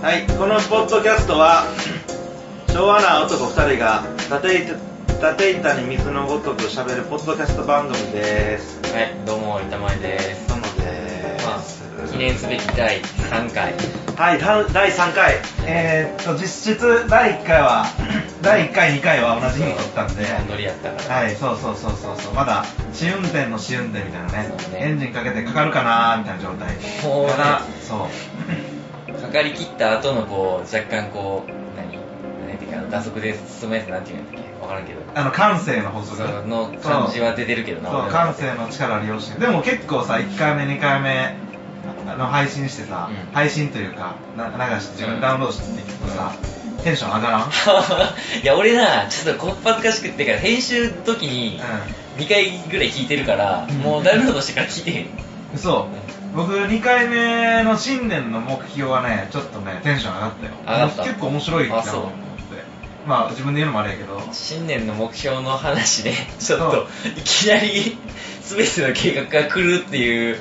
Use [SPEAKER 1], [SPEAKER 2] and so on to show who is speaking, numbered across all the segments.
[SPEAKER 1] はい、このポッドキャストは昭和な男2人が縦板縦板に水のごとく喋るポッドキャスト番組です。
[SPEAKER 2] はい、どうも、板前です。
[SPEAKER 1] なので、
[SPEAKER 2] まあ、記念すべき第3回。
[SPEAKER 1] はい、だ第3回。
[SPEAKER 3] えーっと実質第1回 は第1回2回は同じ日に撮ったんで
[SPEAKER 2] 段取りやったから。
[SPEAKER 3] はいそうそうそうそうそうまだ試運転の試運転みたいなね
[SPEAKER 2] そうね
[SPEAKER 3] エンジンかけてかかるかなーみたいな状態
[SPEAKER 2] もうね
[SPEAKER 3] まだそう
[SPEAKER 2] かかりきった後のこう、若干こう、何何ていうか、打足で進むやつなんていうんだっけわからんけど。
[SPEAKER 3] あの感性の法則
[SPEAKER 2] その感じは出てるけどな、
[SPEAKER 3] そう
[SPEAKER 2] 俺の
[SPEAKER 3] 感
[SPEAKER 2] 中で
[SPEAKER 3] 性の力を利用してでも結構さ1回目2回目あの配信してさ、
[SPEAKER 2] うん
[SPEAKER 3] 配信というかな流して自
[SPEAKER 2] うん
[SPEAKER 3] 分ダウンロードして結構さ、テンション上がらん
[SPEAKER 2] いや俺なちょっとこっぱずかしくってから編集の時に
[SPEAKER 3] う
[SPEAKER 2] 2回ぐらい聞いてるから、もうダウンロードしてから聞いてへん
[SPEAKER 3] 嘘僕2回目の新年の目標はねちょっとねテンション上がったよ
[SPEAKER 2] 上がった
[SPEAKER 3] 結構面白いな
[SPEAKER 2] あそう
[SPEAKER 3] と思ってまあ自分で言うのもあれやけど
[SPEAKER 2] 新年の目標の話で ちょっ
[SPEAKER 3] そう
[SPEAKER 2] といきなり全ての計画が来るっていう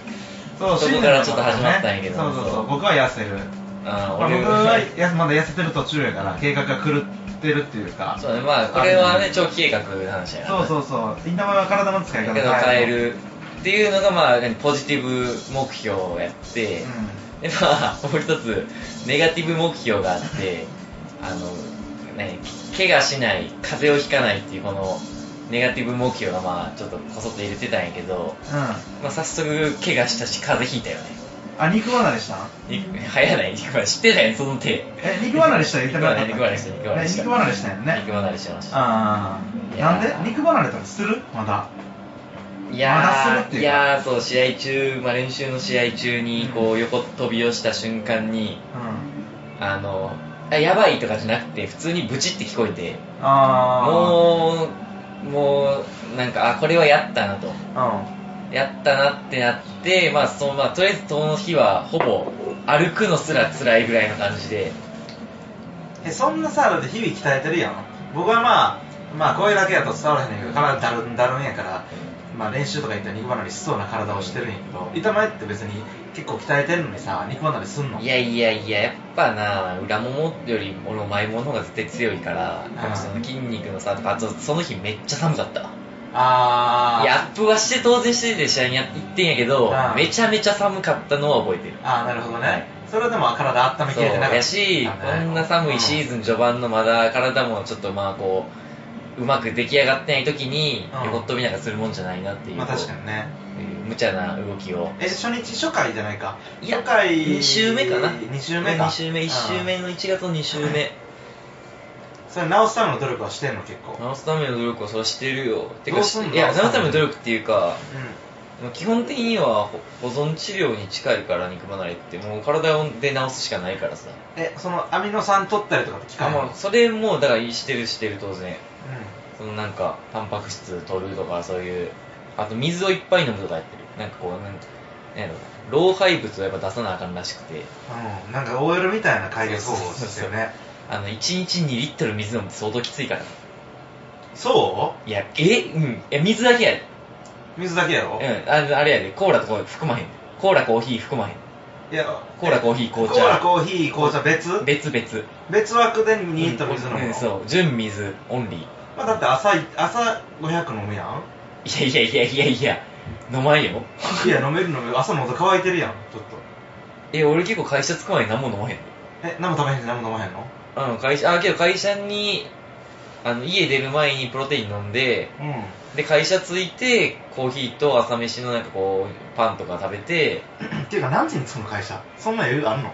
[SPEAKER 3] そう
[SPEAKER 2] そこからちょっと始まったんやけど
[SPEAKER 3] そうそうそう
[SPEAKER 2] そう
[SPEAKER 3] 僕は痩せる
[SPEAKER 2] あ
[SPEAKER 3] ま
[SPEAKER 2] ー
[SPEAKER 3] あ
[SPEAKER 2] 俺
[SPEAKER 3] 僕はやまだ痩せてる途中やから計画が狂ってるっていうか
[SPEAKER 2] そうねまあこれはね
[SPEAKER 3] あ
[SPEAKER 2] 長期計画の話やな
[SPEAKER 3] そうそうそう稲葉は体の使い
[SPEAKER 2] だ
[SPEAKER 3] 方
[SPEAKER 2] けど変えるっていうのがまあポジティブ目標をやって、
[SPEAKER 3] う
[SPEAKER 2] でまあもう一つネガティブ目標があって あのね怪我しない風邪をひかないっていうこのネガティブ目標がまあちょっとこそっと入れてたんやけど、
[SPEAKER 3] う
[SPEAKER 2] まあ、早速怪我したし風邪ひいたよね
[SPEAKER 3] んあ肉離れしたん
[SPEAKER 2] 肉早ない 肉離れ知ってたやんその手
[SPEAKER 3] え肉離れしたら言ってなかった
[SPEAKER 2] 肉離れした肉離れした
[SPEAKER 3] ね肉離れしたよね
[SPEAKER 2] 肉離れしてました
[SPEAKER 3] あ
[SPEAKER 2] い
[SPEAKER 3] あ
[SPEAKER 2] や
[SPEAKER 3] な
[SPEAKER 2] ー
[SPEAKER 3] んで肉離れたりするまだ
[SPEAKER 2] い
[SPEAKER 3] まだする
[SPEAKER 2] や
[SPEAKER 3] って
[SPEAKER 2] ー
[SPEAKER 3] いうか
[SPEAKER 2] いやーそう試合中、まあ、練習の試合中にこう横飛びをした瞬間に
[SPEAKER 3] うん
[SPEAKER 2] あのあやばいとかじゃなくて普通にブチって聞こえて
[SPEAKER 3] ああ
[SPEAKER 2] もうもうなんかあこれはやったなと
[SPEAKER 3] う
[SPEAKER 2] やったなってなって、まあそのまあ、とりあえずその日はほぼ歩くのすら辛いぐらいの感じで
[SPEAKER 3] んえそんなさだって日々鍛えてるやん僕はまあまあこれだけやと伝わらへんねんけど体だるんだるんやからまあ練習とか行ったら肉離れしそうな体をしてるんやけど板前って別に結構鍛えてるのにさ肉離れすんの
[SPEAKER 2] いやいやいややっぱな裏ももより俺前ももの方が絶対強いから
[SPEAKER 3] うん
[SPEAKER 2] その筋肉の差とかあとその日めっちゃ寒かった
[SPEAKER 3] ああ
[SPEAKER 2] いやアップはして当然してて試合にや行ってんやけど
[SPEAKER 3] うん
[SPEAKER 2] めちゃめちゃ寒かったのは覚えてる
[SPEAKER 3] ああなるほどね、
[SPEAKER 2] はい
[SPEAKER 3] それでも体温めき
[SPEAKER 2] そう
[SPEAKER 3] れてなかった
[SPEAKER 2] やし、こんな寒いシー
[SPEAKER 3] ズ
[SPEAKER 2] ズン序盤のまだ体もちょっとまあこううまく出来上がってない時に
[SPEAKER 3] うん
[SPEAKER 2] 横っ飛びなんかするもんじゃないなっていう、
[SPEAKER 3] まあ確かにね
[SPEAKER 2] 無茶な動きを
[SPEAKER 3] え初日初回じゃないか
[SPEAKER 2] いや
[SPEAKER 3] 初回
[SPEAKER 2] 2週目かな
[SPEAKER 3] 2週目か
[SPEAKER 2] 2週目1週目の1月の2週目
[SPEAKER 3] それ直すための努力はしてんの結構
[SPEAKER 2] 直すための努力をそうしてるよて
[SPEAKER 3] ど
[SPEAKER 2] か
[SPEAKER 3] うすんの
[SPEAKER 2] いや直すための努力っていうか
[SPEAKER 3] う
[SPEAKER 2] まあ基本的にはほ保存治療に近いから肉離れってもう体で治すしかないからさ
[SPEAKER 3] んえそのアミノ酸取ったりとかって聞か
[SPEAKER 2] あ
[SPEAKER 3] ない
[SPEAKER 2] もう
[SPEAKER 3] の
[SPEAKER 2] それもだからしてるしてる当然そのなんかタンパク質取るとかそういうあと水をいっぱい飲むとかやってるなんかこうなんなんやろ老廃物をやっぱ出さなあかんらしくて
[SPEAKER 3] うん、うん、なんか OL みたいな解決方法ですよね
[SPEAKER 2] あの1日2リットル水飲むって相当きついから
[SPEAKER 3] そ
[SPEAKER 2] いやえうんいや水だけやで
[SPEAKER 3] う水だけやろ、
[SPEAKER 2] うんあのあれやでコーラとか含まへんコーラコーヒー含まへん
[SPEAKER 3] いや
[SPEAKER 2] コーラコーヒー紅茶
[SPEAKER 3] コーラコーヒー紅茶別
[SPEAKER 2] 別々
[SPEAKER 3] 別枠で2リットル水飲むの、
[SPEAKER 2] うん、そう純水オンリー
[SPEAKER 3] まあ、だって朝い朝500飲むやん
[SPEAKER 2] いやいやいやいやいや飲まんよ
[SPEAKER 3] いや飲める飲める朝喉乾いてるやんちょっと
[SPEAKER 2] え俺結構会社着く前に何も飲まへん
[SPEAKER 3] え何も食べへんし何も飲まへんの
[SPEAKER 2] うん、会社、あ、けど会社に、あの、家出る前にプロテイン飲んで、
[SPEAKER 3] うん
[SPEAKER 2] で、会社着いて、コーヒーと朝飯のなんかこう、パンとか食べて、
[SPEAKER 3] っていうか何時に着くの会社そんな余裕あんの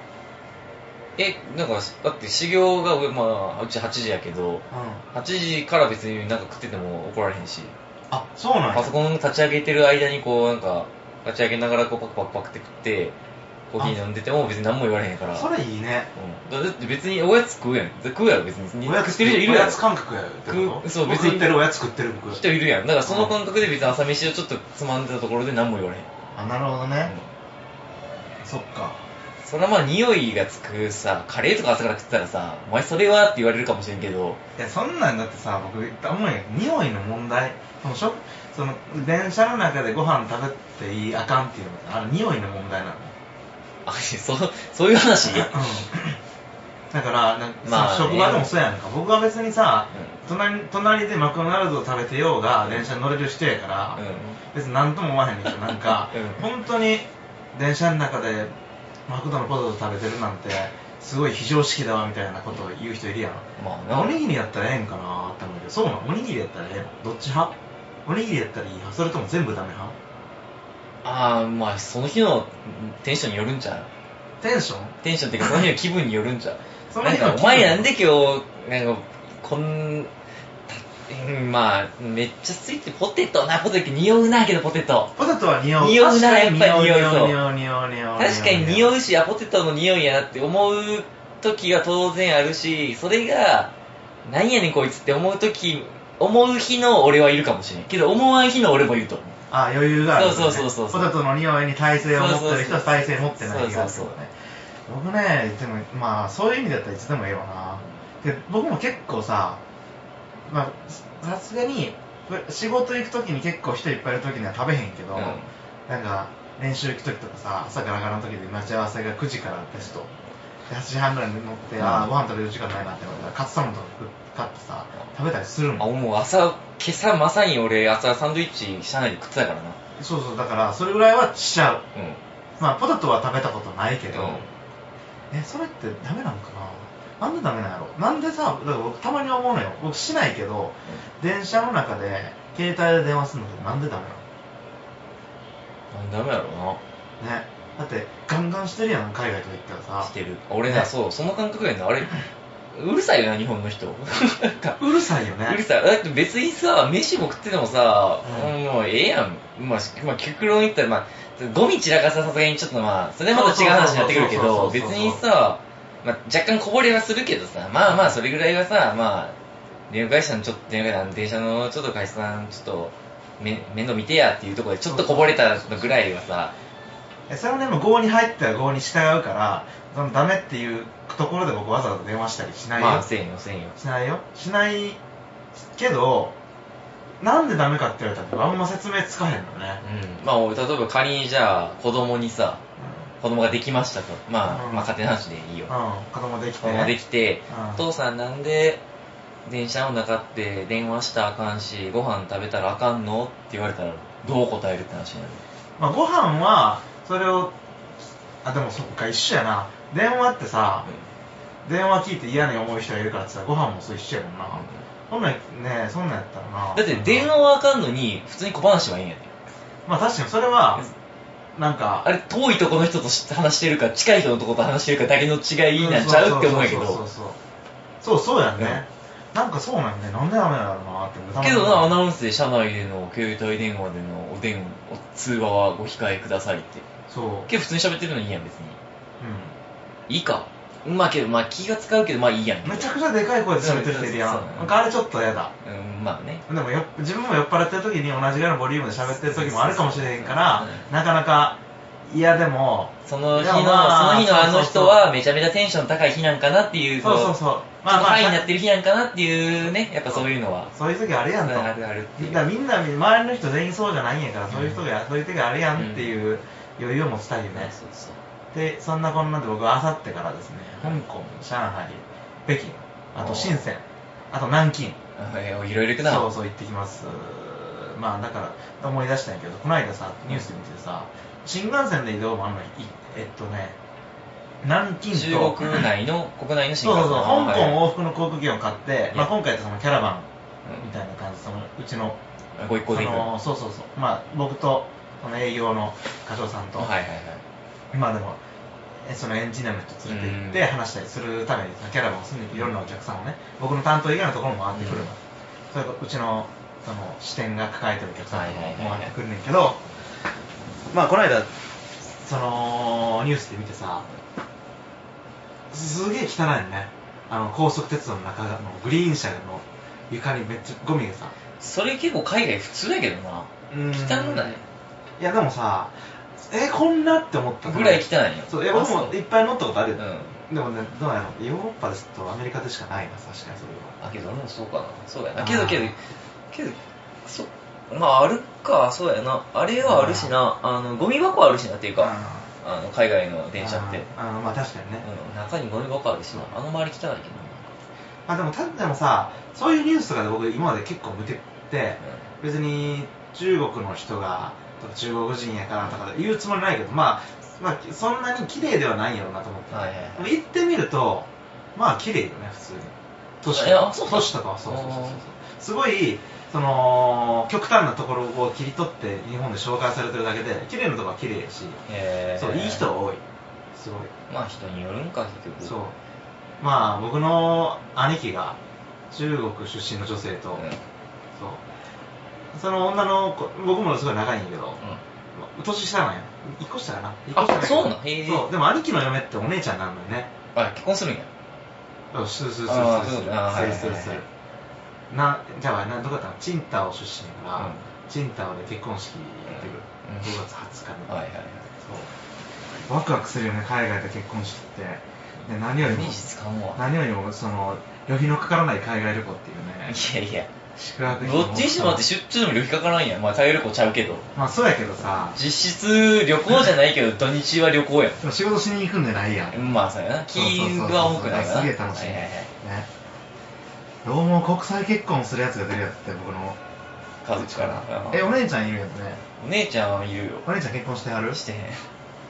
[SPEAKER 2] え、なんか、だって修行が、まあ、うち8時やけど、
[SPEAKER 3] うん
[SPEAKER 2] 8時から別になんか食ってても怒られへんし、
[SPEAKER 3] あそうなん
[SPEAKER 2] パソ
[SPEAKER 3] や
[SPEAKER 2] コン立ち上げてる間にこう、なんか、立ち上げながらこう、パクパクパクって食って、コーヒー飲んでても別に何も言われへんから。
[SPEAKER 3] それいいね
[SPEAKER 2] うん、だって別におやつ食うやん。食うやろ、別に。
[SPEAKER 3] おやつ
[SPEAKER 2] 食ってる人いる
[SPEAKER 3] お
[SPEAKER 2] や
[SPEAKER 3] や
[SPEAKER 2] ろ
[SPEAKER 3] つ。感覚やってこ
[SPEAKER 2] 食
[SPEAKER 3] と
[SPEAKER 2] うそう
[SPEAKER 3] 僕
[SPEAKER 2] 別に
[SPEAKER 3] 食ってるおやつ食ってる僕
[SPEAKER 2] 人いるやんだからその感覚で別に朝飯をちょっとつまんでたところで何も言われへん、
[SPEAKER 3] あなるほどねそっか
[SPEAKER 2] それはまあ匂いがつくさカレーとか朝から食ってたらさ「お前それは?」って言われるかもしれんけど
[SPEAKER 3] いやそんなんだってさ僕思うんやけど匂いの問題そのしょその電車の中でご飯食べていいあかんっていうのってあれ匂いの問題なの
[SPEAKER 2] あそうそういう話
[SPEAKER 3] うんだからなんか
[SPEAKER 2] まあ
[SPEAKER 3] さ職場でもそうやんか、僕は別にさ、
[SPEAKER 2] う
[SPEAKER 3] 隣隣でマクドナルドを食べてようが電車に乗れる人やから、
[SPEAKER 2] う
[SPEAKER 3] 別に何とも思わへんけどなんか、
[SPEAKER 2] うん
[SPEAKER 3] 本当に電車の中でマクドのポテト食べてるなんてすごい非常識だわみたいなことを言う人いるやん、
[SPEAKER 2] まあな
[SPEAKER 3] おにぎりやったらええんかなって思うけどそうなんおにぎりやったらええのどっち派おにぎりやったらいい派それとも全部ダメ派
[SPEAKER 2] ああまあその日のテンションによるんちゃう
[SPEAKER 3] テンション
[SPEAKER 2] テンションっていうかその日の気分によるんちゃ
[SPEAKER 3] そうの
[SPEAKER 2] なん
[SPEAKER 3] 日の気分
[SPEAKER 2] かお前なんで今日なんかこんたうんまあめっちゃついてポテトなポテト匂うなけどポテト
[SPEAKER 3] ポテトは匂う
[SPEAKER 2] 匂うなやっぱり
[SPEAKER 3] 確かに
[SPEAKER 2] 匂いそう
[SPEAKER 3] 匂う匂う匂う
[SPEAKER 2] 確かに匂
[SPEAKER 3] う
[SPEAKER 2] うしあポテトの匂いやなって思う時が当然あるしそれがなんやねんこいつって思う時思う日の俺はいるかもしれんけど思わん日の俺もいると思う
[SPEAKER 3] あ余裕があ
[SPEAKER 2] そ
[SPEAKER 3] る、
[SPEAKER 2] うそうそうそう
[SPEAKER 3] ポテトの匂いに耐性を持ってる人は耐性持ってない人がある
[SPEAKER 2] そうそうそう
[SPEAKER 3] 僕ねでもまあそういう意味だったらいつでもええわなで僕も結構さまあささすがに仕事行く時に結構人いっぱいいる時には食べへんけど、
[SPEAKER 2] うん
[SPEAKER 3] なんか練習行く時とかさ朝ガラガラの時で待ち合わせが9時からあった人で8時半ぐらいに乗って、
[SPEAKER 2] うん
[SPEAKER 3] ああご飯食べる時間ないなって思ったらカツサンドとか買ってさ食べたりする
[SPEAKER 2] あ
[SPEAKER 3] もん
[SPEAKER 2] もう朝今朝まさに俺朝サンドイッチ社内で食ってたからな
[SPEAKER 3] そうそうだからそれぐらいはしちゃう
[SPEAKER 2] うん
[SPEAKER 3] まあポテトは食べたことないけど、
[SPEAKER 2] うん
[SPEAKER 3] えそれってダメなのかななんでダメなんやろなんでさだから僕たまに思うのよ僕しないけど、電車の中で携帯で電話するのってなんでダメな
[SPEAKER 2] なんダメやろ
[SPEAKER 3] のねだってガンガンしてるやん海外とか行った
[SPEAKER 2] な
[SPEAKER 3] ら
[SPEAKER 2] し
[SPEAKER 3] さ
[SPEAKER 2] てる俺な
[SPEAKER 3] ね
[SPEAKER 2] そうその感覚やなあれうるさいよな日本の 人なんか
[SPEAKER 3] うるさいよね
[SPEAKER 2] うるさいだって別にさ飯も食っててもさ、
[SPEAKER 3] う
[SPEAKER 2] もうええやんまあ、しまあ、極論言ったら、まあ、ゴミ散らかささすがにちょっとまあそれはまた違う話になってくるけ
[SPEAKER 3] そ
[SPEAKER 2] ど
[SPEAKER 3] うそうそう
[SPEAKER 2] 別
[SPEAKER 3] そうそう
[SPEAKER 2] にさ、まあ、若干こぼれはするけどさまあまあそれぐらいはさまあ電話会社のちょっと電話会社の電車のちょっと会社さんちょっとめ面倒見てやっていうところでちょっとこぼれたのぐらいはさ
[SPEAKER 3] えそれはでも合に入ったら合に従うからそのダメっていうところで僕わざわざ電話したりしないよ、
[SPEAKER 2] まあせんよせんよ
[SPEAKER 3] しないよしないけどなんでダメかって言われたらあんま説明つかへんのね、
[SPEAKER 2] うん、まあ俺例えば仮にじゃあ子供にさ子供ができましたとまあ、
[SPEAKER 3] うん
[SPEAKER 2] まあ勝手な話でいいよ、
[SPEAKER 3] うん、子供でき
[SPEAKER 2] 子
[SPEAKER 3] て、
[SPEAKER 2] 供ができて、
[SPEAKER 3] うん
[SPEAKER 2] お父さんなんで電車の中って電話したらあかんしご飯食べたらあかんのって言われたらどう答えるって話になる
[SPEAKER 3] まあ、ご飯はそれをあでもそっか一緒やな電話ってさ、電話聞いて嫌に思う人がいるからってさご飯もそう一緒やもんな、ほんなんねそんなんやったらな
[SPEAKER 2] だって電話はあかんのに普通に小話はいいんやで
[SPEAKER 3] まあ確かにそれはなんか
[SPEAKER 2] あれ遠いとこの人と話してるか近い人のとこと話してるかだけの違いなんちゃうって思うんやけ
[SPEAKER 3] そうそ
[SPEAKER 2] ど
[SPEAKER 3] うそうそうそうやんね、なんかそうなんねなんでダメだろうなって
[SPEAKER 2] けどなア
[SPEAKER 3] な
[SPEAKER 2] ナウンスで車内での携帯電話でのお電話お通話はご控えくださいって
[SPEAKER 3] そううん
[SPEAKER 2] けど普通に喋ってるのいいやん別にいいかまあけどまあ気が使うけどまあいいやんけど
[SPEAKER 3] めちゃくちゃでかい声で喋ってる人いるや
[SPEAKER 2] そうそうそ
[SPEAKER 3] ん
[SPEAKER 2] う
[SPEAKER 3] なんかあれちょっと嫌だ
[SPEAKER 2] うんまあね
[SPEAKER 3] でもよ自分も酔っ払ってる時に同じようなボリュームで喋ってる時もあるかもしれへんから
[SPEAKER 2] そうそうそう
[SPEAKER 3] なかなか嫌でも
[SPEAKER 2] その日
[SPEAKER 3] い
[SPEAKER 2] の、
[SPEAKER 3] やま
[SPEAKER 2] その日のあの
[SPEAKER 3] そう
[SPEAKER 2] 人
[SPEAKER 3] そうそう
[SPEAKER 2] はめちゃめちゃテンション高い日なんかなっていう、
[SPEAKER 3] そうそうそう
[SPEAKER 2] こ
[SPEAKER 3] まあまあ
[SPEAKER 2] ちょっとハイになってる日なんかなっていうね、やっぱそういうのは。
[SPEAKER 3] そういう時あるやんと
[SPEAKER 2] あるあるっていう
[SPEAKER 3] だからみんな周りの人全員そうじゃないんやからそういう人が、そういう時あるやんっていう余裕を持ちたいよね、
[SPEAKER 2] そうそう。
[SPEAKER 3] でそんなこんなんで僕はあさってからですね香港上海北京あと深センあと南京
[SPEAKER 2] あいやいろいろ行くな。
[SPEAKER 3] そうそう行ってきますまあだから思い出したんやけどこの間さニュースで見てさ新幹線で移動もあんのいえっとね南京と
[SPEAKER 2] 中国内の、国内の新
[SPEAKER 3] そう
[SPEAKER 2] 幹線
[SPEAKER 3] そうそう香
[SPEAKER 2] はい
[SPEAKER 3] 港往復の航空券を買って、まあ、今回ってそのキャラバン
[SPEAKER 2] うん
[SPEAKER 3] みたいな感じそのうちの
[SPEAKER 2] ご一行
[SPEAKER 3] そ
[SPEAKER 2] で行く。
[SPEAKER 3] のそうそうそうまあ僕とその営業の課長さんと、
[SPEAKER 2] はいはいはい。
[SPEAKER 3] まあでもえそのエンジニアの人連れて行って
[SPEAKER 2] うん
[SPEAKER 3] 話したりするためにそのキャラバンを住んでいろんなお客さんをね僕の担当以外のところも回ってくるの、
[SPEAKER 2] うん
[SPEAKER 3] それがうちのその支店が抱えてるお客さんとか
[SPEAKER 2] はいはい
[SPEAKER 3] も
[SPEAKER 2] はいはい
[SPEAKER 3] 回ってくるねんけど、まあこの間そのニュースで見てさすげえ汚いのねあの高速鉄道の中のグリーン車の床にめっちゃゴミがさ
[SPEAKER 2] それ結構海外普通だけどな。汚くない
[SPEAKER 3] いやでもさえこんなって思ったの
[SPEAKER 2] ぐらい汚いよ。
[SPEAKER 3] そういや僕
[SPEAKER 2] あ
[SPEAKER 3] も
[SPEAKER 2] そう
[SPEAKER 3] いっぱい乗ったことある
[SPEAKER 2] う
[SPEAKER 3] よ、
[SPEAKER 2] ん。
[SPEAKER 3] でもね、どうやろう、ヨーロッパですとアメリカでしかないな、確かにそれは。
[SPEAKER 2] あ、けど俺もそうかな。そうや
[SPEAKER 3] あ
[SPEAKER 2] な。
[SPEAKER 3] ー
[SPEAKER 2] けどけど、けど、そ、まああるか、そうやな。あれはあるしな。あの、ゴミ箱あるしなっていうか。
[SPEAKER 3] う
[SPEAKER 2] あの海外の電車って、
[SPEAKER 3] あーあーまあ確かにね、
[SPEAKER 2] うん、中にゴミ箱あるしなあの周り汚いけどな
[SPEAKER 3] まあでもたでもさそういうニュースとかで僕今まで結構見てて、別に中国の人がとか中国人やからとか言うつもりないけど、まあ、まあそんなに綺麗ではないよなと思って、
[SPEAKER 2] はいはいはい
[SPEAKER 3] でも行ってみるとまあ綺麗よね普通に都市
[SPEAKER 2] いやそう
[SPEAKER 3] 都市とかはそうそうそうそうすごいその極端なところを切り取って日本で紹介されてるだけで綺麗なところは綺麗やし、
[SPEAKER 2] へえ
[SPEAKER 3] そういい人が多いすごい
[SPEAKER 2] まあ人によるんか結局
[SPEAKER 3] そうまあ僕の兄貴が中国出身の女性と、
[SPEAKER 2] うんうん
[SPEAKER 3] そうその女の子僕もすごい仲いいんやけど、まあ年下なんや1個下かな一個下だけど
[SPEAKER 2] そうなんへえ
[SPEAKER 3] そうでも兄貴の嫁ってお姉ちゃんなんだよね
[SPEAKER 2] あ結婚するんや
[SPEAKER 3] そうするするする
[SPEAKER 2] あーそ
[SPEAKER 3] するす
[SPEAKER 2] う
[SPEAKER 3] る
[SPEAKER 2] だあーはいはいはい
[SPEAKER 3] するするなじゃあなどこだったのチンタオ出身やから、
[SPEAKER 2] うん
[SPEAKER 3] チンタオで結婚式やってる、
[SPEAKER 2] うん
[SPEAKER 3] 5月20日に、
[SPEAKER 2] はいはい
[SPEAKER 3] そうワクワクするよね海外で結婚式ってで何よりも
[SPEAKER 2] イメージつかんわ
[SPEAKER 3] 何よりもその旅費のかからない海外旅行っていうね
[SPEAKER 2] いやいや
[SPEAKER 3] 宿泊費
[SPEAKER 2] どっちにしてもだって出張でも旅費かからんやんまあ海外旅行ちゃうけど
[SPEAKER 3] まあそうやけどさ
[SPEAKER 2] 実質旅行じゃないけど土日は旅行や
[SPEAKER 3] でも仕事しに行くんじゃないやん
[SPEAKER 2] んまあそうやな金額は多くないか
[SPEAKER 3] そ
[SPEAKER 2] ら
[SPEAKER 3] うそうそうそうすげえ楽しみ
[SPEAKER 2] は
[SPEAKER 3] ね
[SPEAKER 2] いはいはい
[SPEAKER 3] どうも国際結婚するやつが出るやつって僕の
[SPEAKER 2] 家族から
[SPEAKER 3] えお姉ちゃんいるやんね
[SPEAKER 2] お姉ちゃんは言うよ
[SPEAKER 3] お姉ちゃん結婚してはる
[SPEAKER 2] してへん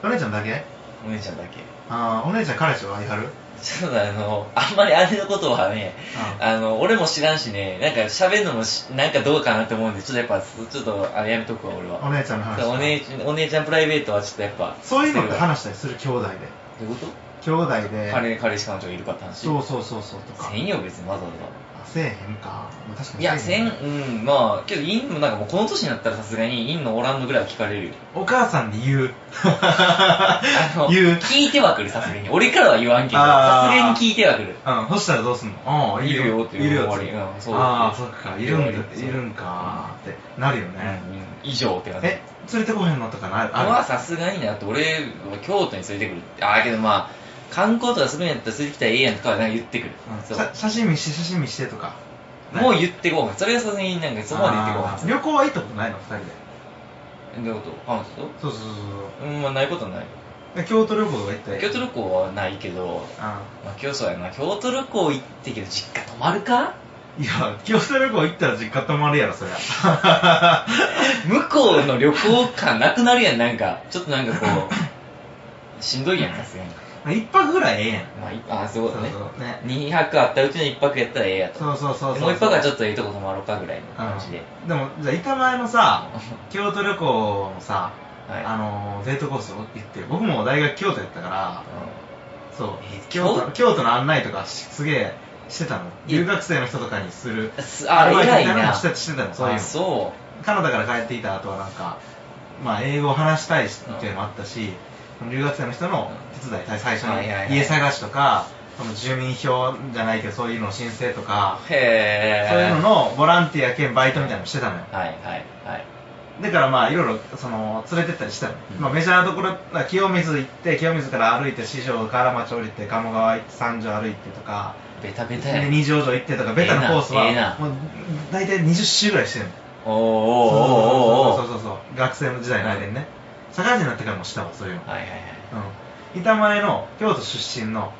[SPEAKER 3] お姉ちゃんだけ
[SPEAKER 2] お姉ちゃんだけ
[SPEAKER 3] ああお姉ちゃん彼氏はいはる
[SPEAKER 2] ちょっとあの、あんまり姉のことはね、
[SPEAKER 3] うん
[SPEAKER 2] あの、俺も知らんしね、なんか喋るのもし、なんかどうかなって思うんで、ちょっとやっぱ、ちょっと、あれやめとくわ、俺は。
[SPEAKER 3] お姉ちゃんの話
[SPEAKER 2] そうお姉ちゃん、お姉ちゃんプライベートはちょっとやっぱ。
[SPEAKER 3] そういうのって
[SPEAKER 2] し
[SPEAKER 3] 話したりする兄弟
[SPEAKER 2] ど
[SPEAKER 3] で
[SPEAKER 2] ういうこ
[SPEAKER 3] 兄弟
[SPEAKER 2] と
[SPEAKER 3] で
[SPEAKER 2] 彼、彼氏彼女がいるかって話。
[SPEAKER 3] そうそうそうそうとか
[SPEAKER 2] せんよ、別にわざわ
[SPEAKER 3] あせえへんかまあ確か
[SPEAKER 2] ざ。
[SPEAKER 3] に
[SPEAKER 2] いや、せん、
[SPEAKER 3] ね
[SPEAKER 2] うん、まあ、けど、インもなんかもうこの年になったらさすがに、インのおらんのぐらいは聞かれるよ。
[SPEAKER 3] お母さんに言う
[SPEAKER 2] あの、
[SPEAKER 3] 言う
[SPEAKER 2] 聞いてはくる、さすがに。俺からは言わんけど、さ
[SPEAKER 3] あー
[SPEAKER 2] すがに聞いてはくる。
[SPEAKER 3] うん、そしたらどうすんのああ、い
[SPEAKER 2] い
[SPEAKER 3] る
[SPEAKER 2] る
[SPEAKER 3] よ
[SPEAKER 2] よ
[SPEAKER 3] っ
[SPEAKER 2] ってて
[SPEAKER 3] い
[SPEAKER 2] いう
[SPEAKER 3] るよ
[SPEAKER 2] 終わ
[SPEAKER 3] って
[SPEAKER 2] りうんそう
[SPEAKER 3] ああ、そっか、いるんだ、
[SPEAKER 2] そう
[SPEAKER 3] いるんかーってなるよね。
[SPEAKER 2] うん、以上って感じ。
[SPEAKER 3] え、連れてこへんのとかなる
[SPEAKER 2] まあ
[SPEAKER 3] あ
[SPEAKER 2] さすがにね、だって俺は京都に連れてくるって、ああ、けどまあ、観光とかするんやったら連れてきたらええやんとかはなんか言ってくる。
[SPEAKER 3] る、うん
[SPEAKER 2] そう
[SPEAKER 3] さ写真見して、写真見してとか。
[SPEAKER 2] もう
[SPEAKER 3] う、
[SPEAKER 2] 言ってこうそれはさすがになんかそこまで言
[SPEAKER 3] あ
[SPEAKER 2] って
[SPEAKER 3] ー旅行は行ったことないの、二人で。
[SPEAKER 2] こうどういうこと彼女と
[SPEAKER 3] そうそうそう
[SPEAKER 2] うん、まあないことはない。
[SPEAKER 3] そう。で京都旅行とか行ったら
[SPEAKER 2] 京都旅行はないけど、
[SPEAKER 3] あ
[SPEAKER 2] まあ、京都やな、京都旅行行ってけど、実家泊まるか
[SPEAKER 3] ーいや、京都旅行行ったら実家泊まるやろ、そりゃ。
[SPEAKER 2] 向こうの旅行感なくなるやん、なんか。ちょっとなんかこう、 しんどいやん、さすがに。
[SPEAKER 3] 一泊ぐらいええやん。
[SPEAKER 2] まあい、あそういうことね。
[SPEAKER 3] そうそうね
[SPEAKER 2] 2泊あったうちの1泊やったらええやと。
[SPEAKER 3] そうそうそうそう。
[SPEAKER 2] もう1泊はちょっといいとこ泊まろうかぐらいの感じで。
[SPEAKER 3] うん、でもじゃあ板前 のさ京都旅行のさ、
[SPEAKER 2] はい
[SPEAKER 3] あのデートコースを行って僕も大学京都やったからそう
[SPEAKER 2] えー
[SPEAKER 3] 京都
[SPEAKER 2] 京
[SPEAKER 3] 京都の案内とかしすげえしてたの
[SPEAKER 2] いや
[SPEAKER 3] 留学生の人とかにする
[SPEAKER 2] すあ
[SPEAKER 3] アルバイト
[SPEAKER 2] 偉
[SPEAKER 3] み
[SPEAKER 2] い
[SPEAKER 3] たの
[SPEAKER 2] な
[SPEAKER 3] もしてしてたのそういう
[SPEAKER 2] あ
[SPEAKER 3] の
[SPEAKER 2] そ
[SPEAKER 3] カナダから帰ってきた後はなんかまあ英語を話したいしっていうのもあったし、その留学生の人の手伝い最初
[SPEAKER 2] はいはいはい
[SPEAKER 3] に家探しとかその住民票じゃないけどそういうの申請とか
[SPEAKER 2] うへえ
[SPEAKER 3] そういうののボランティア兼バイトみたいなのしてたのよ
[SPEAKER 2] はいはいはい
[SPEAKER 3] だからまあいろいろその連れてったりしたの、
[SPEAKER 2] うん
[SPEAKER 3] まあ、メジャーなところまあ清水行って清水から歩いて四条河原町降りて鴨川行って三条歩いてとか
[SPEAKER 2] ベタベタや
[SPEAKER 3] で二条城行ってとかベタなコースは
[SPEAKER 2] ええな
[SPEAKER 3] もう大体20周ぐらいしてるの
[SPEAKER 2] おーおーおーおーお
[SPEAKER 3] そうそうそうそうそう学生の時代の間にね社会人になってからもしたわそういうの、
[SPEAKER 2] はいはいはい
[SPEAKER 3] うん、板前の京都出身の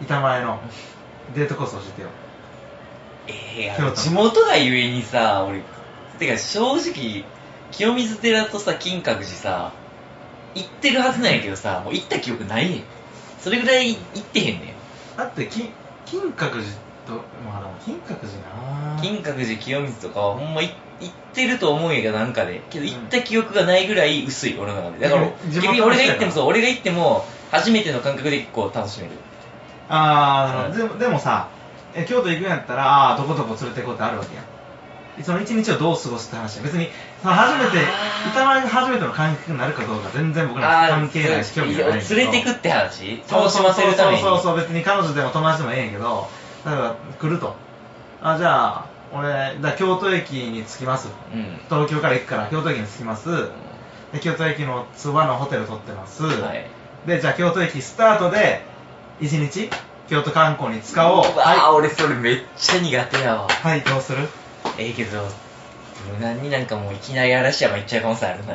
[SPEAKER 3] 板前のデートコース教えてよ
[SPEAKER 2] ええ
[SPEAKER 3] 京都
[SPEAKER 2] や地元がゆえにさ俺てか正直清水寺とさ金閣寺さ行ってるはずなんやけどさもう行った記憶ないねんそれぐらい行ってへんねん
[SPEAKER 3] だって金金閣寺とまあでも金閣寺な
[SPEAKER 2] 金閣寺清水とかはほんまい行ってると思うんやけどなんかでけど行った記憶がないぐらい薄い俺の中でだから
[SPEAKER 3] うん
[SPEAKER 2] 逆に俺が行って
[SPEAKER 3] 地元の人や
[SPEAKER 2] も
[SPEAKER 3] な
[SPEAKER 2] そう俺が行っても初めての感覚でこう楽しめる
[SPEAKER 3] ああ、
[SPEAKER 2] うん
[SPEAKER 3] でもでもさえ京都行くんやったらああーどこどこ連れて行こうってあるわけやんその一日をどう過ごすって話や別にその初めて
[SPEAKER 2] あー
[SPEAKER 3] 板前が初めての感覚になるかどうか全然僕ら
[SPEAKER 2] あ
[SPEAKER 3] 関係ないし
[SPEAKER 2] ー
[SPEAKER 3] 興味がないんだけど
[SPEAKER 2] 連れてくって話
[SPEAKER 3] そう
[SPEAKER 2] 楽し
[SPEAKER 3] そう
[SPEAKER 2] ませ
[SPEAKER 3] そう
[SPEAKER 2] るた
[SPEAKER 3] そう
[SPEAKER 2] めに
[SPEAKER 3] そうそう別に彼女でも友達でもええんやけどだから来るとあじゃあ俺だ京都駅に着きます
[SPEAKER 2] うん
[SPEAKER 3] 東京から行くから京都駅に着きますで京都駅のツ和のホテル取ってます、
[SPEAKER 2] はい
[SPEAKER 3] でじゃあ京都駅スタートで1日京都観光に使おう
[SPEAKER 2] わあ
[SPEAKER 3] は
[SPEAKER 2] 俺それめっちゃ苦手やわ
[SPEAKER 3] い、はい、どうする
[SPEAKER 2] ええけど無難になんかもういきなり嵐山行っちゃう可能性あるな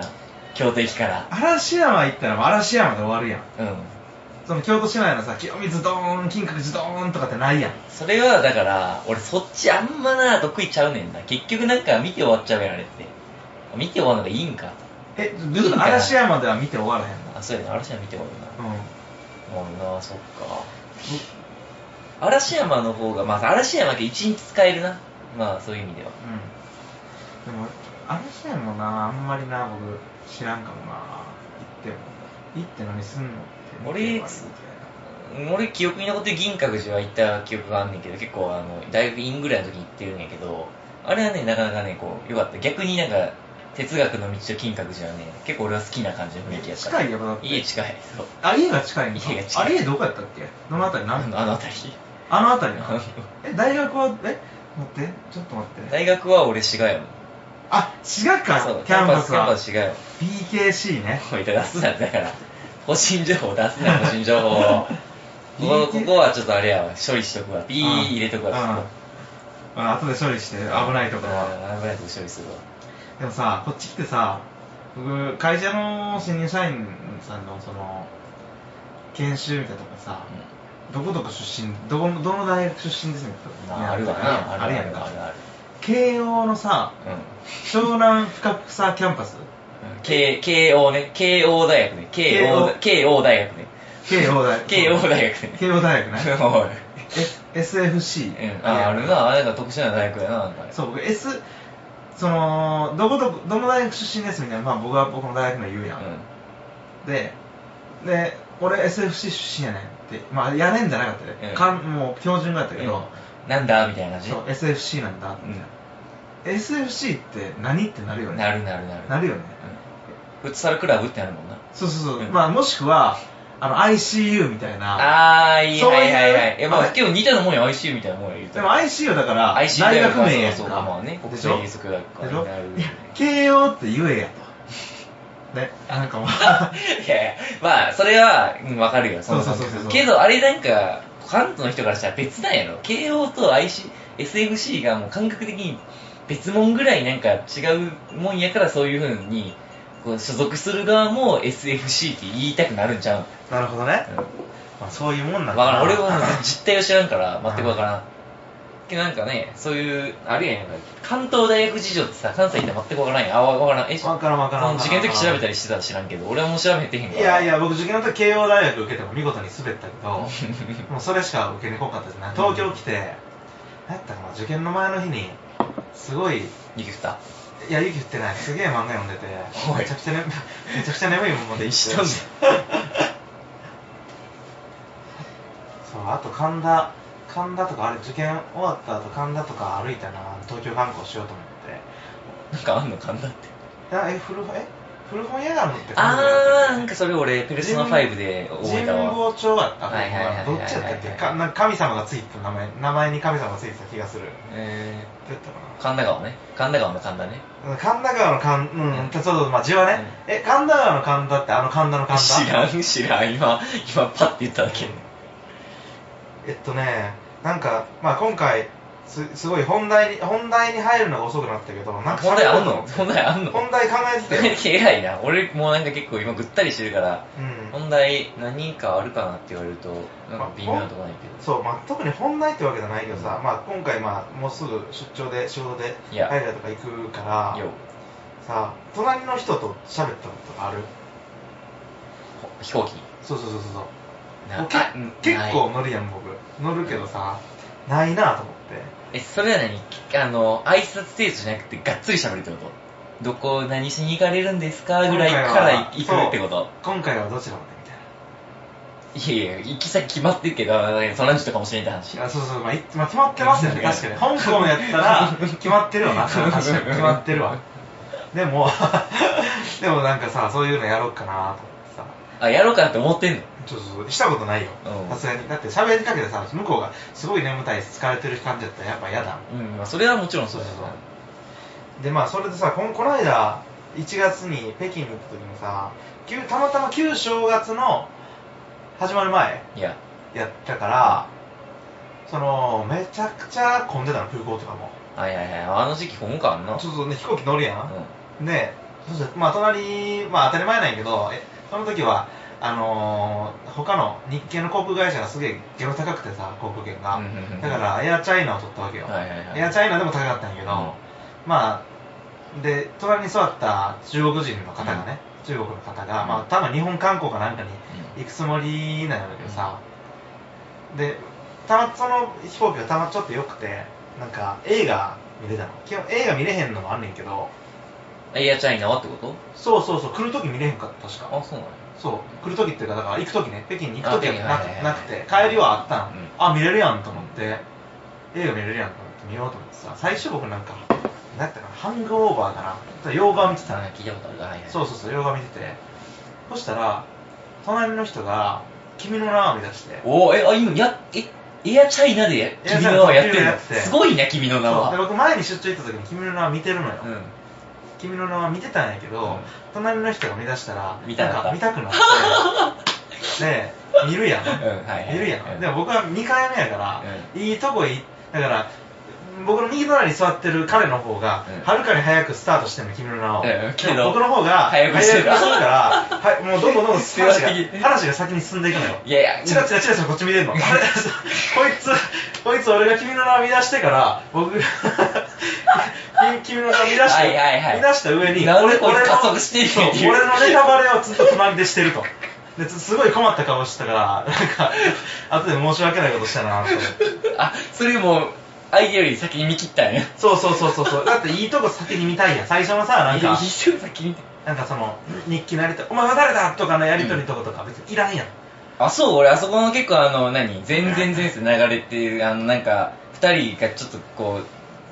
[SPEAKER 2] 強敵から
[SPEAKER 3] 嵐山行ったらもう嵐山で終わるやん
[SPEAKER 2] うん
[SPEAKER 3] その京都市内のさ清水ドーン金閣寺ドーンとかってないやん
[SPEAKER 2] それはだから俺そっちあんまな得意ちゃうねんな結局なんか見て終わっちゃうやんあれって見て終わるのがいいんか
[SPEAKER 3] え
[SPEAKER 2] いいんかな
[SPEAKER 3] 嵐山では見て終わらへん
[SPEAKER 2] あそうやな嵐山見て終わるな
[SPEAKER 3] のうん
[SPEAKER 2] もうなそっか嵐山の方がまあ嵐山って一日使えるなまあそういう意味では
[SPEAKER 3] うんでも嵐山もなあんまりな僕知らんかもな行っても行って何すんのって
[SPEAKER 2] 俺うん俺記憶に残ってる銀閣寺は行った記憶があんねんけど結構あの大学院ぐらいの時に行ってるんやけどあれはねなかなかねこうよかった逆になんか哲学の道と金閣寺はね結構俺は好きな感じの雰囲気やった
[SPEAKER 3] 近いよだって
[SPEAKER 2] 家近いそう
[SPEAKER 3] あ家が近いのか
[SPEAKER 2] 家が近い
[SPEAKER 3] あれ家どこやったっけどの辺り
[SPEAKER 2] あ
[SPEAKER 3] 何
[SPEAKER 2] のあの辺り
[SPEAKER 3] あの辺り
[SPEAKER 2] あの
[SPEAKER 3] なえ大学はえ待ってちょっと待って
[SPEAKER 2] 大学は俺滋賀やもん
[SPEAKER 3] あ滋賀か
[SPEAKER 2] そう
[SPEAKER 3] キャンパス
[SPEAKER 2] キャンパ
[SPEAKER 3] は
[SPEAKER 2] ス滋賀やもん
[SPEAKER 3] BKC ね
[SPEAKER 2] おい出すなだから 個人情報出す な個人情報をここここはちょっとあれやわ処理しとくわピー入れとくわ
[SPEAKER 3] うんうんまあ後で処理して危ないところは
[SPEAKER 2] うん危ないとこ処理するわ
[SPEAKER 3] でもさ、こっち来てさ、僕、会社の新入社員さんの、その、研修みたいなとこさ、どこどこ出身、どこの、どの大学出身ですみたいなと
[SPEAKER 2] あ
[SPEAKER 3] こ
[SPEAKER 2] あるわな
[SPEAKER 3] あるやん
[SPEAKER 2] あ
[SPEAKER 3] か
[SPEAKER 2] る。ある
[SPEAKER 3] 慶応のさ、
[SPEAKER 2] ある
[SPEAKER 3] 湘南深草キャンパ
[SPEAKER 2] う
[SPEAKER 3] ス
[SPEAKER 2] ん慶慶応ね慶応大学ね慶応慶応大学ね
[SPEAKER 3] 慶応大 学。
[SPEAKER 2] 慶応大学ね
[SPEAKER 3] 慶応大学ね。
[SPEAKER 2] おい
[SPEAKER 3] S- SFC。
[SPEAKER 2] うんああるなあれが特殊な大学やななんか
[SPEAKER 3] そう、僕、S、その、どこどこ、どの大学出身ですみたいな、まあ僕は僕の大学の言うやん。で、で、俺 SFC 出身やねんって、まあやねんじゃなかったで、
[SPEAKER 2] うん
[SPEAKER 3] かんもう標準だった
[SPEAKER 2] うん
[SPEAKER 3] け
[SPEAKER 2] うん
[SPEAKER 3] ど、
[SPEAKER 2] なんだみたいな感じ
[SPEAKER 3] そう SFC なんだって、SFC って何ってなるよ
[SPEAKER 2] うん
[SPEAKER 3] ね。
[SPEAKER 2] なるなるなる
[SPEAKER 3] なるよね。
[SPEAKER 2] うんフットサルクラブってあるもんな
[SPEAKER 3] そうそうそう、
[SPEAKER 2] うん
[SPEAKER 3] まあもしくは、あの ICU みたいな。
[SPEAKER 2] あー、いい、
[SPEAKER 3] そういう
[SPEAKER 2] はいはいはい。いや、ま
[SPEAKER 3] は
[SPEAKER 2] あ、
[SPEAKER 3] い
[SPEAKER 2] 今日似たようなもんや、ICU みたいなもんや、言う
[SPEAKER 3] で
[SPEAKER 2] た
[SPEAKER 3] も
[SPEAKER 2] ら。
[SPEAKER 3] ICU だから、大
[SPEAKER 2] ICU だ
[SPEAKER 3] 学
[SPEAKER 2] から
[SPEAKER 3] 名やんか。
[SPEAKER 2] そうそうまあね
[SPEAKER 3] でし
[SPEAKER 2] 国
[SPEAKER 3] ょ
[SPEAKER 2] 際義足学科
[SPEAKER 3] で
[SPEAKER 2] に
[SPEAKER 3] しょ
[SPEAKER 2] なる
[SPEAKER 3] いや慶応って言えやと。ね、あなんかもう。
[SPEAKER 2] いやいや、まあ、それは、うんわかるよ、の
[SPEAKER 3] そうそうそうそう
[SPEAKER 2] けど、あれなんか、関東の人からしたら別なんやろ。慶応と IC、SFC がもう感覚的に別もんぐらいなんか違うもんやから、そういうふうに、こう所属する側も SFC って言いたくなるんち ゃう
[SPEAKER 3] なるほどね。
[SPEAKER 2] うん
[SPEAKER 3] まあそういうもんな
[SPEAKER 2] わ
[SPEAKER 3] ん
[SPEAKER 2] から
[SPEAKER 3] なん
[SPEAKER 2] 俺は実態を知らんから全くわからんけどなんかねそういうあれやん関東大学事情ってさ関西行って全くわからんやんあわわからんえ
[SPEAKER 3] わからんわからん
[SPEAKER 2] その受験の時調べたりしてたら知らんけど俺はもう調べてへんか
[SPEAKER 3] い
[SPEAKER 2] ら
[SPEAKER 3] やいや、僕受験の時慶応大学受けても見事に滑ったけ ど、もうそれしか受けに来んかったじゃない。東京来て、何やったかな、受験の前の日に、すごい、い
[SPEAKER 2] 雪降った
[SPEAKER 3] や、雪降ってない、すげえ漫画読んでて
[SPEAKER 2] おい、
[SPEAKER 3] めちゃくちゃ眠、めちゃくちゃ眠いもんまで行って
[SPEAKER 2] 一緒 ね
[SPEAKER 3] そう、あと神田、神田とか、あれ受験終わった後神田とか歩いたな、東京観光しようと思って。
[SPEAKER 2] なんかあんのかんだって
[SPEAKER 3] あえ、古本、え古本屋があるのって神田だっ
[SPEAKER 2] あー
[SPEAKER 3] たっけ
[SPEAKER 2] なんかそれ俺ペルソナ5で覚えた
[SPEAKER 3] 神
[SPEAKER 2] わ
[SPEAKER 3] 保町だったか
[SPEAKER 2] はいはいはいはい
[SPEAKER 3] などっちだったっけかなんか神様がついてた名前名前に神様がついてた気がするど
[SPEAKER 2] え
[SPEAKER 3] うやったか
[SPEAKER 2] ー、神田川ね神田川の神田ね
[SPEAKER 3] なうん神田川の神うん、そうそうまあ字はね、え神田川の神田ってあの神田の神田
[SPEAKER 2] 知らん知らん今今パッて言っただけ
[SPEAKER 3] えっとねなんかまあ今回すすごい本題に本題に入るのが遅くなったけどなんか
[SPEAKER 2] 本題あんの
[SPEAKER 3] 喋ろう
[SPEAKER 2] 本題あん
[SPEAKER 3] と
[SPEAKER 2] の
[SPEAKER 3] 本題考えてた よ
[SPEAKER 2] 偉いな俺もうなんか結構今ぐったりしてるから
[SPEAKER 3] うん
[SPEAKER 2] 問題何かあるかなって言われるとなんか微妙なとこないけど
[SPEAKER 3] そう、まあ、特に本題ってわけじゃないけどさ、まあ、今回、まあ、もうすぐ出張で仕事で
[SPEAKER 2] いや
[SPEAKER 3] 海外とか行くから
[SPEAKER 2] よ
[SPEAKER 3] さあ隣の人と喋ったことがある
[SPEAKER 2] ほ飛行機
[SPEAKER 3] そうそうそうそうそう
[SPEAKER 2] な
[SPEAKER 3] け
[SPEAKER 2] あうん
[SPEAKER 3] 結
[SPEAKER 2] ない
[SPEAKER 3] 構乗るやん僕乗るけどさ、ないなと思って
[SPEAKER 2] えそれは何きあの挨拶程度じゃなくてがっつり喋るってことどこ何しに行かれるんですかぐらいから行くってこと
[SPEAKER 3] 今回はどちらまでみたい
[SPEAKER 2] いやいや行き先決まってるけどなんかその人かもしれないって話
[SPEAKER 3] ないやそうそう、まあいまあ、決まってますよね確かに香港やった ら決まってるわな確かに決まってるわでも でもなんかさそういうのやろうかなと思ってさ
[SPEAKER 2] あやろうかなって思ってんの
[SPEAKER 3] ちょっとそうしたことないよ
[SPEAKER 2] うん
[SPEAKER 3] さすがにだって喋りかけてさ向こうがすごい眠たいし疲れてる感じだったらやっぱ嫌だもん
[SPEAKER 2] うんまあそれはもちろんそうだよ
[SPEAKER 3] そうそうでまあそれでさこのこの間1月に北京に行った時にさ旧たまたま旧正月の始まる前
[SPEAKER 2] いや
[SPEAKER 3] やったからそのめちゃくちゃ混んでたの空港とかも
[SPEAKER 2] はいはいはいあの時期混むかあんな
[SPEAKER 3] ちょっとね飛行機乗るや
[SPEAKER 2] うん
[SPEAKER 3] ん、ねそしたらまあ隣まあ当たり前なんやけどえその時はあのー他の日系の航空会社がすげえゲロ高くてさ航空券が、
[SPEAKER 2] うんうんうん
[SPEAKER 3] だからエアチャイナを取ったわけよ、
[SPEAKER 2] はいはいはい
[SPEAKER 3] エアチャイナでも高かったんやけど、
[SPEAKER 2] うん
[SPEAKER 3] まあで隣に座った中国人の方がね、中国の方が、
[SPEAKER 2] うん
[SPEAKER 3] まあ多分日本観光かなんかに
[SPEAKER 2] うん
[SPEAKER 3] 行くつもりなんやろうけどさ、でたまその飛行機がたまちょっと良くてなんか映画見れたの基本映画見れへんのもあんねんけど
[SPEAKER 2] エアチャイナはってこと
[SPEAKER 3] そうそうそう来る時見れへんかった確か
[SPEAKER 2] あ、そうなの
[SPEAKER 3] そう来る時っていうかだから行く時ね北京に行く時はな
[SPEAKER 2] あ北京はいはいはい
[SPEAKER 3] なくて帰りはあったの、
[SPEAKER 2] うん
[SPEAKER 3] あ見れるやんと思って映画見れるやんと思って見ようと思ってさ最初僕なんか何やったかなハングオーバーかな洋画を見てたのね
[SPEAKER 2] 聞いたことあるはいはい。
[SPEAKER 3] そうそうそう洋画見ててそしたら隣の人が「君の名」を見出して
[SPEAKER 2] おおえ、あ、今、や、え、エアチャイナでや君の名はやってる
[SPEAKER 3] エア
[SPEAKER 2] の
[SPEAKER 3] チャイナ
[SPEAKER 2] すごいね、君の名
[SPEAKER 3] そう
[SPEAKER 2] は。
[SPEAKER 3] で僕前に出張行った時に君の名は見てるのよ、
[SPEAKER 2] うん。
[SPEAKER 3] 君の名は見てたんやけど、
[SPEAKER 2] うん
[SPEAKER 3] 隣の人が見出したら
[SPEAKER 2] 見た
[SPEAKER 3] な
[SPEAKER 2] かった
[SPEAKER 3] んか見たくなってで見るや
[SPEAKER 2] う
[SPEAKER 3] ん、
[SPEAKER 2] んはいはい
[SPEAKER 3] 見るやん、
[SPEAKER 2] うん
[SPEAKER 3] でも僕は2回目やから、いいとこいだから僕の右隣に座ってる彼の方が、
[SPEAKER 2] うん
[SPEAKER 3] はるかに早くスタートしてんの君の名を、
[SPEAKER 2] うんけど
[SPEAKER 3] でも僕の方が
[SPEAKER 2] 早くしてる
[SPEAKER 3] 早くるからはいもうどんどん どんどん話が
[SPEAKER 2] 世話的
[SPEAKER 3] 話が先に進んでいくのよ
[SPEAKER 2] いやいや、
[SPEAKER 3] チラチラチラチラこっち見てんの。あれ こいつ、こいつ俺が君の名を見出してから、僕、 君君の名を見出して、
[SPEAKER 2] はいはいはい
[SPEAKER 3] 見出した上に、
[SPEAKER 2] なん
[SPEAKER 3] 俺
[SPEAKER 2] でこいつ
[SPEAKER 3] 俺の
[SPEAKER 2] 加速してんのっていう
[SPEAKER 3] そう俺のネタバレをずっと隣でしてると。でつすごい困った顔してたから、なんか、 後で申し訳ないことしたなと思って。
[SPEAKER 2] あ、それもう、相手より先に見切ったんや。
[SPEAKER 3] そうそうそうそうそう。だっていいとこ先に見たいやん。最初のさ、なんか、
[SPEAKER 2] 一緒に先に見た。
[SPEAKER 3] なんかその、日記のやりとり、お前は誰だとかのやりとりとことか別にいらんやん。
[SPEAKER 2] あ、そう、俺、あそこの結構、あの、何、全然前世流れっていう、あの、なんか、二人がちょっとこ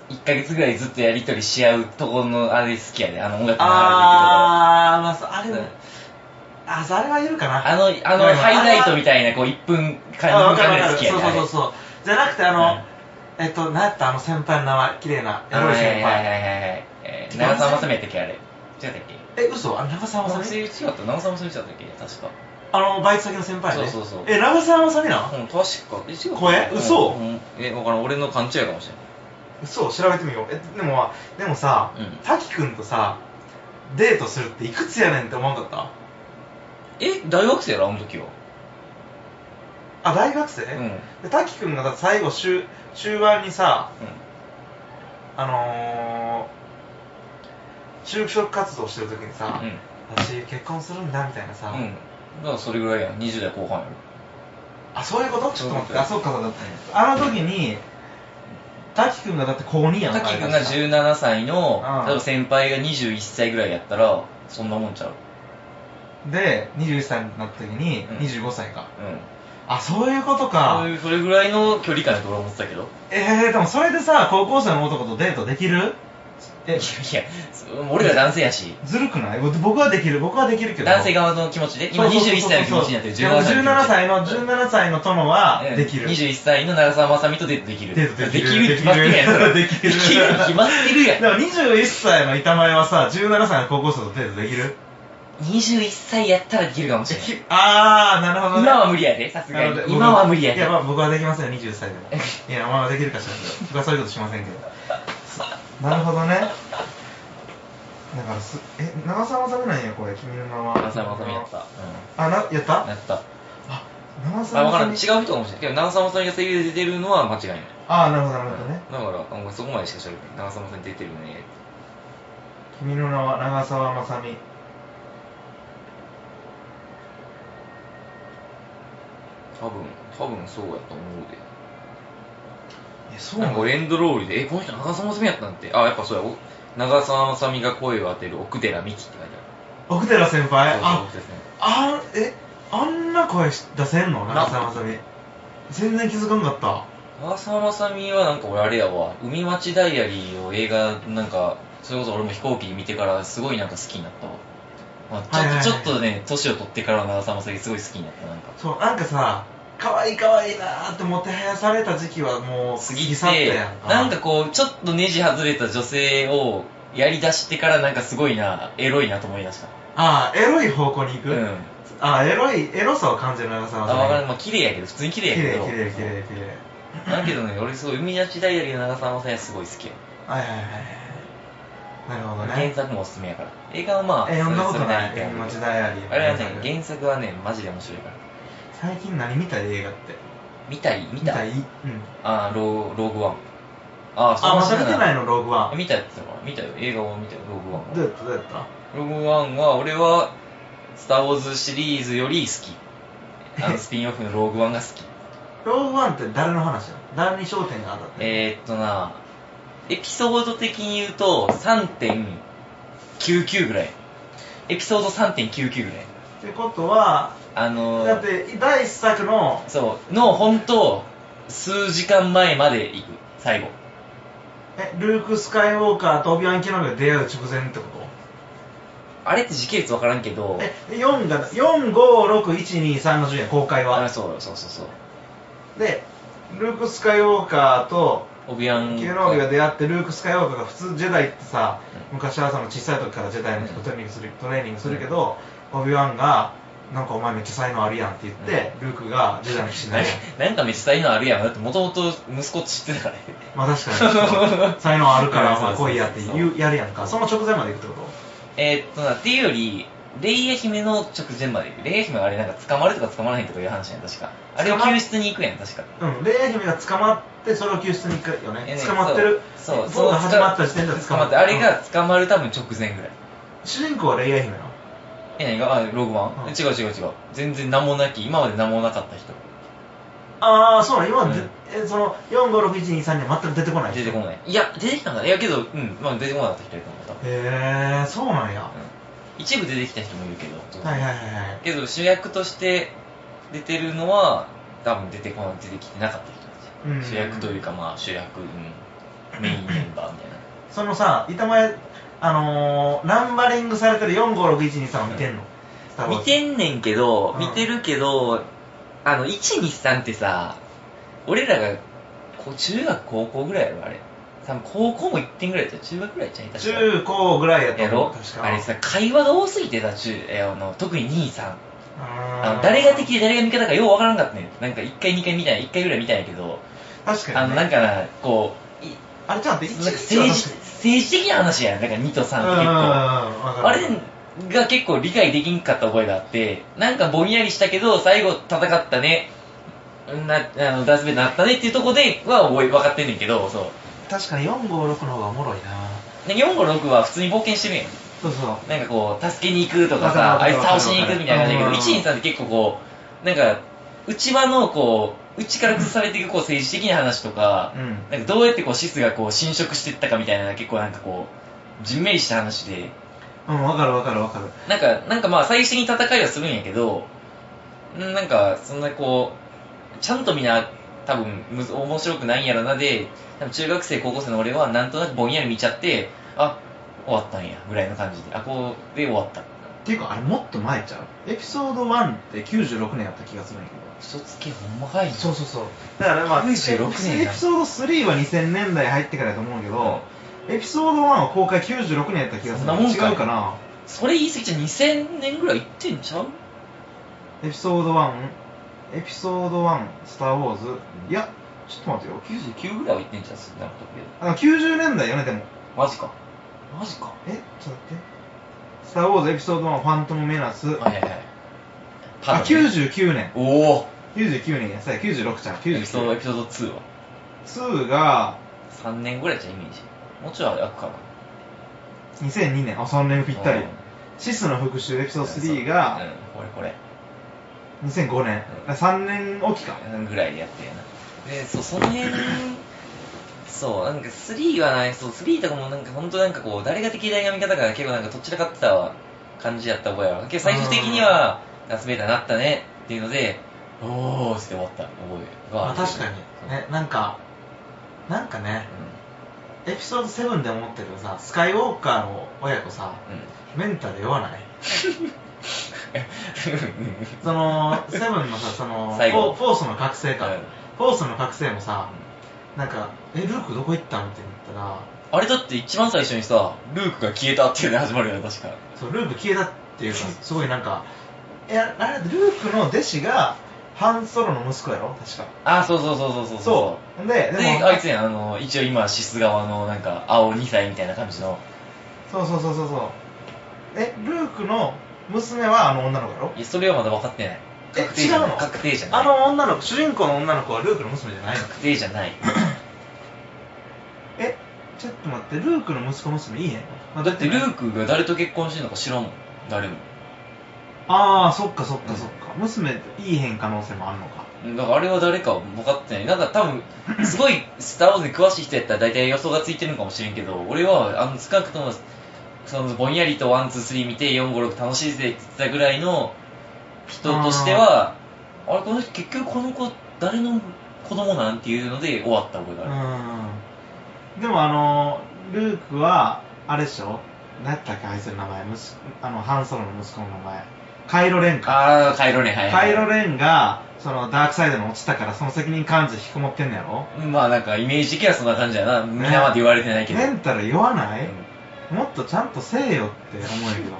[SPEAKER 2] う、1ヶ月ぐらいずっとやりとりし合うところの、あれ好きやね、あの音楽のあ
[SPEAKER 3] あー、まあそう、あれ、
[SPEAKER 2] うん
[SPEAKER 3] あ、それは言うかな。
[SPEAKER 2] れでいけどあの、あの、ハイライトみたいな、こう、1分間、
[SPEAKER 3] あ
[SPEAKER 2] 2
[SPEAKER 3] わ
[SPEAKER 2] 分
[SPEAKER 3] かる
[SPEAKER 2] 間
[SPEAKER 3] わ
[SPEAKER 2] ぐ
[SPEAKER 3] から
[SPEAKER 2] い
[SPEAKER 3] る
[SPEAKER 2] 好きやね。
[SPEAKER 3] そうそうそうそうじゃなくてあの、
[SPEAKER 2] はい
[SPEAKER 3] えっと何やったあの先輩の名前綺麗なエ
[SPEAKER 2] あ
[SPEAKER 3] ロ
[SPEAKER 2] れ
[SPEAKER 3] い先
[SPEAKER 2] はいはい
[SPEAKER 3] 輩
[SPEAKER 2] はいはいはい。えー長澤まさみやったっけ、あれ。違ったっけ
[SPEAKER 3] え嘘あの長澤ま
[SPEAKER 2] 長澤ま
[SPEAKER 3] さ
[SPEAKER 2] さ
[SPEAKER 3] み
[SPEAKER 2] み違った、長澤まさみ違ったっけ確か。
[SPEAKER 3] あのバイト先の先輩
[SPEAKER 2] そ
[SPEAKER 3] ね
[SPEAKER 2] うそうそう
[SPEAKER 3] え長澤まさみなの
[SPEAKER 2] うん、確か。え、違う
[SPEAKER 3] 声嘘
[SPEAKER 2] うんえ、わからん、俺の勘違いかもしれない。
[SPEAKER 3] 嘘調べてみようえでもでもさ、
[SPEAKER 2] うん
[SPEAKER 3] 滝君とさデートするっていくつやねんって思わんかった
[SPEAKER 2] え、大学生やろ、あの時は。
[SPEAKER 3] あ大学生、
[SPEAKER 2] うん。うん。
[SPEAKER 3] で滝君がだって最後終終盤にさあのー、就職活動してる時にさ、
[SPEAKER 2] うん
[SPEAKER 3] 私結婚するんだみたいなさ、
[SPEAKER 2] うん。だからそれぐらいやん、20代後半やろ。
[SPEAKER 3] あそういうことちょっと待ってあ
[SPEAKER 2] そ
[SPEAKER 3] そう
[SPEAKER 2] いうう
[SPEAKER 3] か
[SPEAKER 2] こ
[SPEAKER 3] そ
[SPEAKER 2] と
[SPEAKER 3] うかあの時に滝君がだって高2やん
[SPEAKER 2] 滝君が17歳の
[SPEAKER 3] う、ん
[SPEAKER 2] 例えば先輩が21歳ぐらいやったら、そんなもんちゃう。
[SPEAKER 3] で21歳になった時に
[SPEAKER 2] うん
[SPEAKER 3] 25歳
[SPEAKER 2] う
[SPEAKER 3] か、
[SPEAKER 2] ん。
[SPEAKER 3] あそういうことか
[SPEAKER 2] そういうそれぐらいの距離感だと俺は思ってたけど。
[SPEAKER 3] えー、でもそれでさ高校生の男とデートできる
[SPEAKER 2] いや
[SPEAKER 3] え
[SPEAKER 2] いや、俺ら男性やし。
[SPEAKER 3] ずるくない僕はできる僕はできるけど
[SPEAKER 2] 男性側の気持ちで、今
[SPEAKER 3] そうそうそう
[SPEAKER 2] 21
[SPEAKER 3] そう
[SPEAKER 2] 歳の気持ちになってる、
[SPEAKER 3] でも
[SPEAKER 2] 17歳の気持ち。
[SPEAKER 3] 17歳の17歳の殿はできる、
[SPEAKER 2] 21歳の長澤まさみとデートできる。
[SPEAKER 3] デートできる
[SPEAKER 2] に決まってるやん。それ
[SPEAKER 3] できる
[SPEAKER 2] できるに決まってるやん
[SPEAKER 3] で。も21歳の板前はさ17歳の高校生とデートできる
[SPEAKER 2] 21歳やったらできるかもしれない。
[SPEAKER 3] ああなるほどね
[SPEAKER 2] 今は無理やで、さすが
[SPEAKER 3] なの
[SPEAKER 2] に
[SPEAKER 3] で。僕
[SPEAKER 2] 今は無理や
[SPEAKER 3] い
[SPEAKER 2] で。
[SPEAKER 3] や、まあ、僕はできませんよ、20歳でも。 いや、まあ、できるかしらんけど。僕はそういうことしませんけど。なるほどね。だからす、え、長澤まさみなんや、これ、君の名は。
[SPEAKER 2] 長澤まさみやった。う
[SPEAKER 3] あ、な、やっ
[SPEAKER 2] ん。や
[SPEAKER 3] た
[SPEAKER 2] った。
[SPEAKER 3] あ、長
[SPEAKER 2] あ、
[SPEAKER 3] 澤
[SPEAKER 2] わ
[SPEAKER 3] ま
[SPEAKER 2] か
[SPEAKER 3] さ
[SPEAKER 2] らん。
[SPEAKER 3] み
[SPEAKER 2] 違う。人かもしれない。けど、長澤まさみが声優で出てるのは間違いない。
[SPEAKER 3] あ、なるほど、な
[SPEAKER 2] う
[SPEAKER 3] るほどね
[SPEAKER 2] ん。だから、あもうそこまでしか喋ってない。長澤まさみ出てるね。
[SPEAKER 3] 君の名は長澤まさみ。
[SPEAKER 2] 多分、多分そうやと思うで。
[SPEAKER 3] え、そ
[SPEAKER 2] なんか俺エンドロールで、え、この人長澤まさみやったんって。あ、やっぱそうや。お長澤まさみが声を当てる奥寺美希って書いて
[SPEAKER 3] 奥寺先
[SPEAKER 2] あ
[SPEAKER 3] 輩
[SPEAKER 2] る。
[SPEAKER 3] あ
[SPEAKER 2] そう、そう奥寺さん
[SPEAKER 3] あ、え、あんな声し出せんの
[SPEAKER 2] な
[SPEAKER 3] 長澤まさみ。全然気づかんかった。
[SPEAKER 2] 長澤まさみはなんか俺あれやわ海町ダイアリーを映画なんかそれこそ俺も飛行機見てからすごいなんか好きになったわ、まあちょっと
[SPEAKER 3] はいはいはい
[SPEAKER 2] ちょっとね年を取ってからの長澤まさみすごい好きになったなんか
[SPEAKER 3] そうなんかさ可愛い可愛いなーってもてはやされた時期はもう
[SPEAKER 2] 過
[SPEAKER 3] 過
[SPEAKER 2] ぎ
[SPEAKER 3] ぎ
[SPEAKER 2] て
[SPEAKER 3] 去ったやん
[SPEAKER 2] なんかこうちょっとネジ外れた女性をやりだしてからなんかすごいなエロいなと思い出した
[SPEAKER 3] ああエロい方向に行
[SPEAKER 2] う
[SPEAKER 3] く、
[SPEAKER 2] ん
[SPEAKER 3] ああエロいエロさを感じる長
[SPEAKER 2] あ
[SPEAKER 3] 澤ま
[SPEAKER 2] わか
[SPEAKER 3] さ
[SPEAKER 2] るまあ綺麗やけど普通に綺
[SPEAKER 3] み
[SPEAKER 2] 麗や
[SPEAKER 3] 綺
[SPEAKER 2] け
[SPEAKER 3] 麗
[SPEAKER 2] ど
[SPEAKER 3] 綺麗綺麗綺麗
[SPEAKER 2] うんだけどね俺すごい海町ダイアリーの長澤まさみはすごい好きや
[SPEAKER 3] はいはいはいなるほどね
[SPEAKER 2] 原作もおすすめやから映画はまあ
[SPEAKER 3] えそんなことない
[SPEAKER 2] それそれり
[SPEAKER 3] 今時代あり
[SPEAKER 2] あれはね
[SPEAKER 3] 原作
[SPEAKER 2] 原作はねマジで面白いから
[SPEAKER 3] 最近何見た映画って
[SPEAKER 2] 見たい見た
[SPEAKER 3] いうん
[SPEAKER 2] あーローローグワンあー
[SPEAKER 3] あまだ見
[SPEAKER 2] じ
[SPEAKER 3] て
[SPEAKER 2] ゃ
[SPEAKER 3] ないのローグワン
[SPEAKER 2] 見たやつだから見たよ映画を見たよローグワン
[SPEAKER 3] ど
[SPEAKER 2] は
[SPEAKER 3] うやったどうやった
[SPEAKER 2] ローグワンは俺は「スター・ウォーズ」シリーズより好きあのスピンオフのローグワンが好き
[SPEAKER 3] ローグワンって誰の話なの誰に焦点が当たってる
[SPEAKER 2] えーっとなエピソード的に言うと3.99ぐらいエピソード3.99ぐらい
[SPEAKER 3] ってことは
[SPEAKER 2] あのー
[SPEAKER 3] だって第一作の
[SPEAKER 2] そうの本当数時間前まで行く最後
[SPEAKER 3] えルーク・スカイウォーカーとオビワン・キノビが出会う直前ってこと
[SPEAKER 2] あれって時系列分からんけど
[SPEAKER 3] え4が456123の順や公開
[SPEAKER 2] あ
[SPEAKER 3] は
[SPEAKER 2] そうそうそうそう
[SPEAKER 3] でルーク・スカイウォーカーと
[SPEAKER 2] オビアン
[SPEAKER 3] キノビが出会ってルーク・スカイウォーカーが普通ジェダイってさ昔はその小さい時からジェダイの人とトレーニングするトレーニングするけど、オビワンが「なんかお前めっちゃ才能あるやん」って言って、ルークがジェダイの騎士にな
[SPEAKER 2] な
[SPEAKER 3] る
[SPEAKER 2] んか なんかめっちゃ才能あるやんだってもともと息子って知ってたからね
[SPEAKER 3] まあ確かに才能あるから
[SPEAKER 2] うん
[SPEAKER 3] お前来いやって
[SPEAKER 2] そうそうそう
[SPEAKER 3] 言うやるやんかその直前まで行くってこと
[SPEAKER 2] えーっとなっていうよりレイヤ姫の直前まで行くレイヤ姫があれなんか捕まるとか捕まらへんとかいう話やん確かあれを救出に行くやん確か
[SPEAKER 3] うん、レイヤ姫が捕まってそれを救出に行くよね
[SPEAKER 2] えね
[SPEAKER 3] 捕まってる
[SPEAKER 2] そうそう
[SPEAKER 3] そ
[SPEAKER 2] そう
[SPEAKER 3] が始まった時点では
[SPEAKER 2] 捕まってあれ
[SPEAKER 3] う
[SPEAKER 2] が
[SPEAKER 3] ん
[SPEAKER 2] 捕まる多分直前ぐらい
[SPEAKER 3] 主人公はレイヤ姫なの
[SPEAKER 2] え何があログワン、
[SPEAKER 3] うん
[SPEAKER 2] 違う違う違う全然名もなき今まで名もなかった人
[SPEAKER 3] ああそうなの今まで、
[SPEAKER 2] うん
[SPEAKER 3] えその456123には全く出てこない
[SPEAKER 2] 出てこないいや出てきたんだいやけどうん、まあ、出てこなかった人いると思った、
[SPEAKER 3] へえそうなんや、
[SPEAKER 2] うん、一部出てきた人もいるけど、
[SPEAKER 3] はいはいはいはい
[SPEAKER 2] けど主役として出てるのは多分出てこな出てきてなかった人
[SPEAKER 3] うんうんう
[SPEAKER 2] た
[SPEAKER 3] ん
[SPEAKER 2] ち、主役というかまあ主役、うん、メインメンバーみたいな
[SPEAKER 3] そのさ板前あのー、ランバリングされてる456123を見てんの、
[SPEAKER 2] 見てんねんけど、
[SPEAKER 3] うん
[SPEAKER 2] 見てるけど、あの、123ってさ、俺らが、こう中学、高校ぐらいやろ、あれ。多分高校も1点ぐらいやったよ中学ぐらいじゃん、確か
[SPEAKER 3] 中高ぐらいやと
[SPEAKER 2] や
[SPEAKER 3] 思う
[SPEAKER 2] ろ
[SPEAKER 3] 確か
[SPEAKER 2] あれさ、会話が多すぎてさ、中、えあの特に兄さん。あ
[SPEAKER 3] あ
[SPEAKER 2] の
[SPEAKER 3] ー
[SPEAKER 2] 誰が敵で誰が味方かようわからんかったねん。なんか1回、2回見たい、1回ぐらい見たんやけど、
[SPEAKER 3] 確か
[SPEAKER 2] あ
[SPEAKER 3] に、
[SPEAKER 2] の、
[SPEAKER 3] ね、
[SPEAKER 2] なんかな、こう、い
[SPEAKER 3] あれちょっと待って
[SPEAKER 2] なんか
[SPEAKER 3] 1
[SPEAKER 2] 政治、政治的な話やん。なんか2と3って結
[SPEAKER 3] うんうんうん
[SPEAKER 2] 構。
[SPEAKER 3] わかる
[SPEAKER 2] あれが結構理解できんかった覚えがあって、なんかぼんやりしたけど、最後戦ったね、な、あの、ダースベイダーになったねっていうとこでは覚え、分かってんねんけど、そ
[SPEAKER 3] 確かに456の方がおもろいな
[SPEAKER 2] う。で、4、5、6は普通に冒険してるやん。
[SPEAKER 3] そうそう
[SPEAKER 2] なんかこう、助けに行くとか
[SPEAKER 3] わ
[SPEAKER 2] さ、
[SPEAKER 3] か
[SPEAKER 2] あい
[SPEAKER 3] る
[SPEAKER 2] つ
[SPEAKER 3] わかる
[SPEAKER 2] 倒しに行くみたいな感じだけど、
[SPEAKER 3] わかる
[SPEAKER 2] 1、2、3って結構こう、なんか、内輪のこう、内から崩されていくこう政治的な話とか、
[SPEAKER 3] うん
[SPEAKER 2] なんかどうやってこうシスがこう侵食していったかみたいな、結構なんかこう、じんめりした話で、
[SPEAKER 3] うんわかるわかるわかる
[SPEAKER 2] なんか、なんかまあ最終的に戦いはするんやけど、んなんか、そんなこう、ちゃんとみんな、多分むず面白くないんやろなで、多分中学生、高校生の俺はなんとなくぼんやり見ちゃって、あ、終わったんや、ぐらいの感じで。あ、こうで終わった。
[SPEAKER 3] っていうかあれもっと前ちゃうエピソード1って96年やった気がするんやけ
[SPEAKER 2] 嘘つけ、ほんまかい
[SPEAKER 3] どそうそうそうだからまあ
[SPEAKER 2] 96年
[SPEAKER 3] エ
[SPEAKER 2] だ
[SPEAKER 3] ピソード3は2000年代入ってからやと思うんやけど、エピソード1は公開96年やった気が
[SPEAKER 2] そ
[SPEAKER 3] す
[SPEAKER 2] んな
[SPEAKER 3] る
[SPEAKER 2] もんかい
[SPEAKER 3] 違うかな
[SPEAKER 2] それ言い過ぎちゃう2000年ぐらいいってんちゃう
[SPEAKER 3] エピソード1エピソード1スター・ウォーズいやちょっと待ってよ
[SPEAKER 2] ?99 ぐらいはいってんちゃうそんなことけど。
[SPEAKER 3] あ90年代よねでも
[SPEAKER 2] マジか。マジか。
[SPEAKER 3] えちょっと待ってスター・ウォーズエピソード1ファントム・メナス、
[SPEAKER 2] はいはいはい。
[SPEAKER 3] あ99年
[SPEAKER 2] おお。
[SPEAKER 3] 99年やさや96ちゃん
[SPEAKER 2] エピソード、エ
[SPEAKER 3] 99
[SPEAKER 2] ピソード2は。
[SPEAKER 3] 2が
[SPEAKER 2] 3年ぐらいじゃんイメージもうちろん開くかな
[SPEAKER 3] 2002年あ3年ぴったり
[SPEAKER 2] うん
[SPEAKER 3] シスの復讐エピソード3
[SPEAKER 2] う
[SPEAKER 3] が
[SPEAKER 2] んこれこれ
[SPEAKER 3] 2005年
[SPEAKER 2] うん
[SPEAKER 3] 3年おきか
[SPEAKER 2] うんぐらいでやってるよなでそうその辺そうなんか3はないそう3とかもなんか本当なんかこう誰が敵誰が味方か結構なんかどちらかってた感じやった覚えはあるけど最終的にはダースベイダーになったねっていうのでおーって終わった覚えが
[SPEAKER 3] まあ
[SPEAKER 2] る
[SPEAKER 3] 確かにねなんかなんかねエピソード7で思ってるさスカイウォーカーの親子さ
[SPEAKER 2] うんうん
[SPEAKER 3] メンタル弱ない
[SPEAKER 2] うん
[SPEAKER 3] そのセブンのさそのフ
[SPEAKER 2] 最後
[SPEAKER 3] ォフォースの覚醒か、
[SPEAKER 2] うん
[SPEAKER 3] フォースの覚醒もさなんか「えルークどこ行ったの?」って言ったら
[SPEAKER 2] あれだって一番最初にさルークが消えたっていうの始まるよね確か
[SPEAKER 3] そうルーク消えたっていうかすごいなんかいやあれルークの弟子がハン・ソロの息子やろ確か
[SPEAKER 2] あそうそうそうそうそう
[SPEAKER 3] そうで
[SPEAKER 2] で
[SPEAKER 3] でも
[SPEAKER 2] あいつねあの一応今シス側のなんか青2歳みたいな感じの
[SPEAKER 3] そうそうそうそうそうえルークの娘はあの女の子やろ
[SPEAKER 2] いやそれはまだ分かってない
[SPEAKER 3] え
[SPEAKER 2] 確定じ
[SPEAKER 3] 違
[SPEAKER 2] ゃ
[SPEAKER 3] う
[SPEAKER 2] ない
[SPEAKER 3] の
[SPEAKER 2] 確定じゃない
[SPEAKER 3] あの女の子主人公の女の子はルークの娘じゃないの
[SPEAKER 2] 確定じゃない
[SPEAKER 3] えちょっと待ってルークの息子娘いいね、まあ
[SPEAKER 2] だってルークが誰と結婚してんのか知らんもん誰も
[SPEAKER 3] ああそっかそっかそっか、娘っていい変可能性もあるの
[SPEAKER 2] だ
[SPEAKER 3] か
[SPEAKER 2] からあれは誰かは分かってないなんか多分すごい「スター・ウォーズ」に詳しい人やったら大体予想がついてるのかもしれんけど俺はあの少なくともそのぼんやりとワンツースリー見て456楽しいぜって言ってたぐらいの人としてはあれこの人結局この子誰の子供なんていうので終わった覚えがある、
[SPEAKER 3] うんでもあのルークはあれでしょ何やったっけあいつの名前息子あのハンソロの息子の名前カイロレンか
[SPEAKER 2] ああカイロレンはいは
[SPEAKER 3] カ
[SPEAKER 2] い
[SPEAKER 3] イロレンがそのダークサイドに落ちたからその責任感じて引きこもってんのやろ
[SPEAKER 2] まあなんかイメージ的にはそんな感じやな皆まで言われてないけど、
[SPEAKER 3] メンタル弱ない、
[SPEAKER 2] うん
[SPEAKER 3] もっとちゃんとせえよって思うけど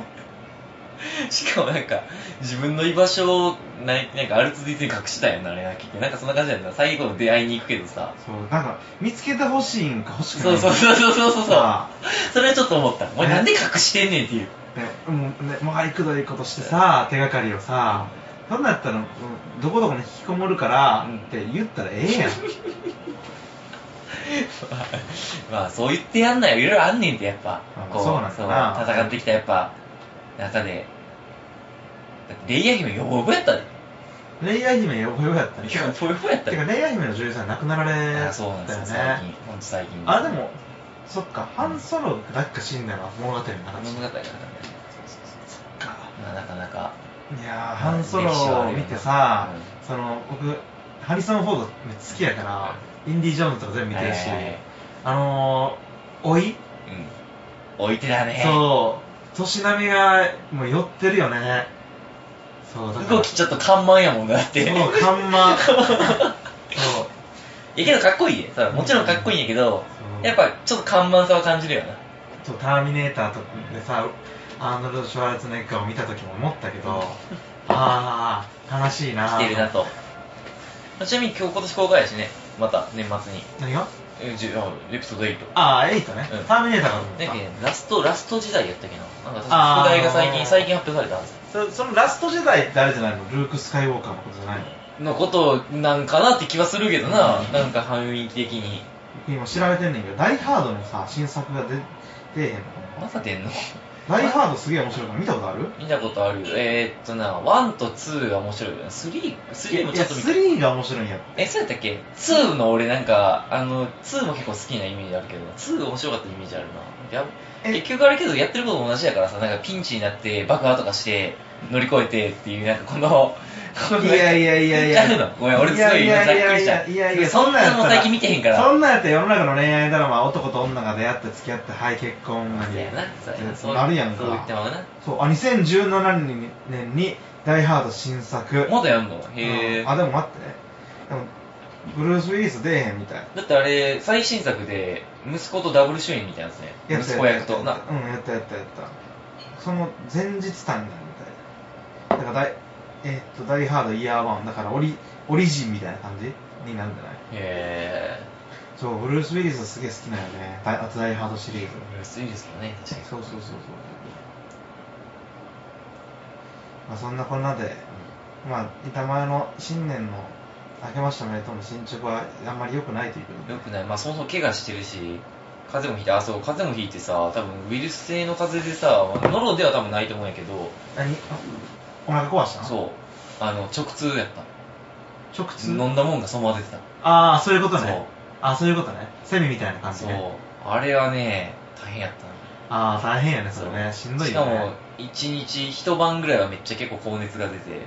[SPEAKER 2] しかもなんか、自分の居場所をない、なんかアルツディに隠したよな、あれなきって。なんかそんな感じだった。最後の出会いに行くけどさ。
[SPEAKER 3] そうなんか見つけてほしいんか欲しくな
[SPEAKER 2] そ
[SPEAKER 3] いん
[SPEAKER 2] うそ
[SPEAKER 3] か
[SPEAKER 2] うそうそうそう そう。
[SPEAKER 3] さ
[SPEAKER 2] それはちょっと思った。お前
[SPEAKER 3] ね
[SPEAKER 2] なんで隠してんねんっていう。
[SPEAKER 3] ねもうねもがいくどいことしてさ手がかりをさそんなんやったら、うんどこどこに引きこもるから
[SPEAKER 2] うん
[SPEAKER 3] って言ったらえ えやん
[SPEAKER 2] まあそう言ってやんなよ。いろいろあんねんってやっぱ
[SPEAKER 3] あ。
[SPEAKER 2] こう、
[SPEAKER 3] そうなんだな
[SPEAKER 2] そう戦ってきたやっぱ、中で。だってレイヤー姫よぼよぼやったで。
[SPEAKER 3] レイヤー姫よぼよぼやったね
[SPEAKER 2] いや、よぼよぼやった
[SPEAKER 3] て
[SPEAKER 2] で。
[SPEAKER 3] かレイヤー姫の女優さん亡くなられ
[SPEAKER 2] あそうなんで
[SPEAKER 3] た
[SPEAKER 2] す
[SPEAKER 3] よ
[SPEAKER 2] よ、最近
[SPEAKER 3] ね。
[SPEAKER 2] ほんと最近。
[SPEAKER 3] あれでもそっかハンソロだっか死んだよな物語の中で
[SPEAKER 2] 物語がなかったね。
[SPEAKER 3] そっか
[SPEAKER 2] まあなかなか。
[SPEAKER 3] いやーハンソロを見てさ、その僕ハリソン・フォードめっちゃ好きやから、インディ・ジョーンズとか全部見てるし、
[SPEAKER 2] はいはいはい
[SPEAKER 3] あのー、老い、
[SPEAKER 2] うん。置いてだね。
[SPEAKER 3] そう年並みがもう寄ってるよねそうだから
[SPEAKER 2] 動きちょっと緩慢やもんなって。
[SPEAKER 3] もう看 板そう
[SPEAKER 2] いやけどかっこいいよ。そらもちろんかっこいいんやけど、
[SPEAKER 3] うん
[SPEAKER 2] やっぱちょっと緩慢さは感じるよな。
[SPEAKER 3] そうターミネーターとかでさアーノルド・シュワルツェネッガーを見た時も思ったけどああ悲しいな
[SPEAKER 2] 来てるなと。ちなみに今日今年公開やしね。また年末に。
[SPEAKER 3] 何が
[SPEAKER 2] えじゅあエピソード8。
[SPEAKER 3] ああ8ね、
[SPEAKER 2] うん
[SPEAKER 3] ターミネーターかと思
[SPEAKER 2] だ
[SPEAKER 3] っ
[SPEAKER 2] け
[SPEAKER 3] た
[SPEAKER 2] どねラスト、ラスト時代やったっけな。なんか確か
[SPEAKER 3] あー
[SPEAKER 2] 副題が最近、最近発表されたはず。
[SPEAKER 3] そそのラスト時代って誰じゃないのルーク・スカイウォーカーのことじゃないの
[SPEAKER 2] のことなんかなって気はするけどな。なんか範囲的に。
[SPEAKER 3] 僕今調べてんねんけど「ダイ・ハード」のさ新作が出出えへんのか
[SPEAKER 2] まだ出んの
[SPEAKER 3] な「ダイ・ハード」すげえ面白いから見たことある
[SPEAKER 2] 見たことあるよ。えー、っとな、1と2が面白いよな。3、3も
[SPEAKER 3] い
[SPEAKER 2] ちょ
[SPEAKER 3] や
[SPEAKER 2] っと見た。
[SPEAKER 3] 3が面白いんやって
[SPEAKER 2] え、そうやったっけ ?2 の俺なんか、あの、2も結構好きなイメージあるけど、2面白かったイメージあるな。や
[SPEAKER 3] え
[SPEAKER 2] 結局あれけど、やってることも同じやからさ、なんかピンチになって、爆破とかして、乗り越えてっていう、なんかこの、この
[SPEAKER 3] いやいやいやい
[SPEAKER 2] ち
[SPEAKER 3] や
[SPEAKER 2] ゃうのごめん、俺すごい今ざっくりし
[SPEAKER 3] い
[SPEAKER 2] た。
[SPEAKER 3] やいやいや
[SPEAKER 2] そんなの
[SPEAKER 3] やったら
[SPEAKER 2] 最近見てへんから。
[SPEAKER 3] そんなんやったら世の中の恋愛ドラマは男と女が出会って付き合ってはい結婚
[SPEAKER 2] まあそうやな、そうやな。そう
[SPEAKER 3] なるやん
[SPEAKER 2] そう言って
[SPEAKER 3] か
[SPEAKER 2] まうな。
[SPEAKER 3] そうあ2017年に年に「ダイ・ハード」新作
[SPEAKER 2] まだやんのへえ
[SPEAKER 3] うん。あでも待ってねでもブルース・ウィリス出えへんみたい
[SPEAKER 2] だってあれ、最新作で、息子とダブル主演みたいなやつね。
[SPEAKER 3] やった
[SPEAKER 2] 息子
[SPEAKER 3] やったや
[SPEAKER 2] 役
[SPEAKER 3] った
[SPEAKER 2] と。な、
[SPEAKER 3] うんやったやったやったその前日誕になるみたいだからだいえーっと「ダイ・ハード」イヤーワンだからオリオリジンみたいな感じになるんじゃない
[SPEAKER 2] へ
[SPEAKER 3] そうブルース・ウィリスすげえ好きなんよねダイあと「ダイ・ハード」シリーズ
[SPEAKER 2] ぇー。安いですもんね、確かに。
[SPEAKER 3] そうそうそうそうまあそんなこんなでまあ板前の新年の明けましておめでとうの進捗はあんまり良くないということで
[SPEAKER 2] よくない、まあ、そもそも怪我してるし、風邪もひいて、あ、そう、風邪もひいてさ、多分ウイルス性の風邪でさ、ノロでは多分ないと思うんやけど、
[SPEAKER 3] 何お腹壊したの
[SPEAKER 2] そう、あの、直通やった。
[SPEAKER 3] 直通
[SPEAKER 2] 飲んだもんがそのまま出てた。
[SPEAKER 3] ああそういうこと
[SPEAKER 2] そう
[SPEAKER 3] ねああそういうことねセミみたいな感じ
[SPEAKER 2] そう
[SPEAKER 3] ね、
[SPEAKER 2] あれはね、大変やったな。
[SPEAKER 3] ああ大変やねそれねしんどい
[SPEAKER 2] し
[SPEAKER 3] よ
[SPEAKER 2] か
[SPEAKER 3] ね
[SPEAKER 2] も、一日、一晩ぐらいはめっちゃ結構高熱が出て、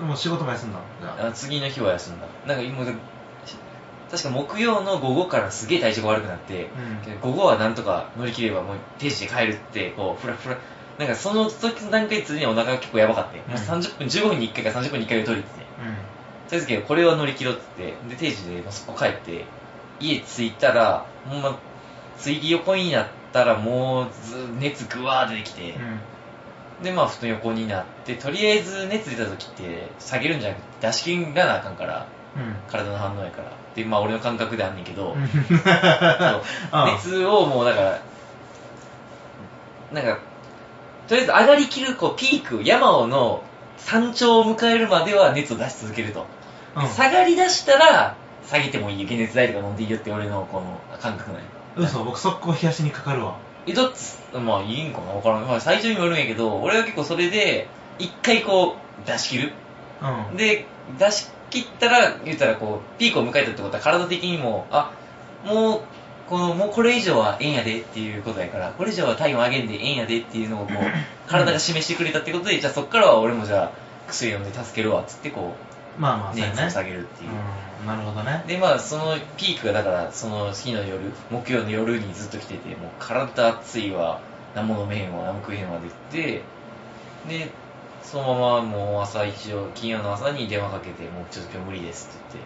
[SPEAKER 3] うん、もう仕事も休んだのじゃ
[SPEAKER 2] あ次の日は休んだ。なんかもう、確か木曜の午後からすげえ体調が悪くなって、
[SPEAKER 3] うん
[SPEAKER 2] 午後はなんとか乗り切ればもう定時で帰るって、こう、ふらふら、なんかその時の段階でにお腹が結構やばかったよ。
[SPEAKER 3] うん
[SPEAKER 2] もう30分、15分に1回か30分に1回で取りってて。
[SPEAKER 3] あうん
[SPEAKER 2] とりあえずけどこれは乗り切ろうって言って、で、定時でもうそこ帰って、家着いたら、ほんま、次横になったらもうず熱ぐわー出てきて、
[SPEAKER 3] うん
[SPEAKER 2] で、まあ、布団横になって、とりあえず熱出た時って、下げるんじゃなくて、出し切らなあかんから、
[SPEAKER 3] うん
[SPEAKER 2] 体の反応やから。で、まあ、俺の感覚で あんねんけど、
[SPEAKER 3] うん
[SPEAKER 2] そう熱をもうだからなんか、とりあえず上がりきる、こう、ピーク、山をの山頂を迎えるまでは熱を出し続けると。
[SPEAKER 3] うん
[SPEAKER 2] 下がり出したら、下げてもいいよ、解熱剤とか飲んでいいよって俺のこの感覚ね。
[SPEAKER 3] 嘘僕速攻冷やしにかかるわ
[SPEAKER 2] え、どっち、まあいいんかなわからん。まあ最初にもよるんやけど、俺は結構それで、一回こう、出し切る。
[SPEAKER 3] うん
[SPEAKER 2] で、出し切ったら、言ったらこう、ピークを迎えたってことは体的にも、あ、もう、この、もうこれ以上はええんやでっていうことやから、これ以上は体温上げんでええんやでっていうのをこう、体が示してくれたってことで、じゃあそっからは俺もじゃあ、薬飲んで助けるわ、つってこ
[SPEAKER 3] まあまあ
[SPEAKER 2] う、
[SPEAKER 3] そうや
[SPEAKER 2] 熱を下
[SPEAKER 3] ね
[SPEAKER 2] げるっていう。
[SPEAKER 3] うんなるほどね
[SPEAKER 2] でまあそのピークがだからその日の夜木曜の夜にずっと来ててもう体熱いわ何も飲めへんわ何も食えへんわで言ってでそのままもう朝一応金曜の朝に電話かけてもうちょっと今日無理ですって言っ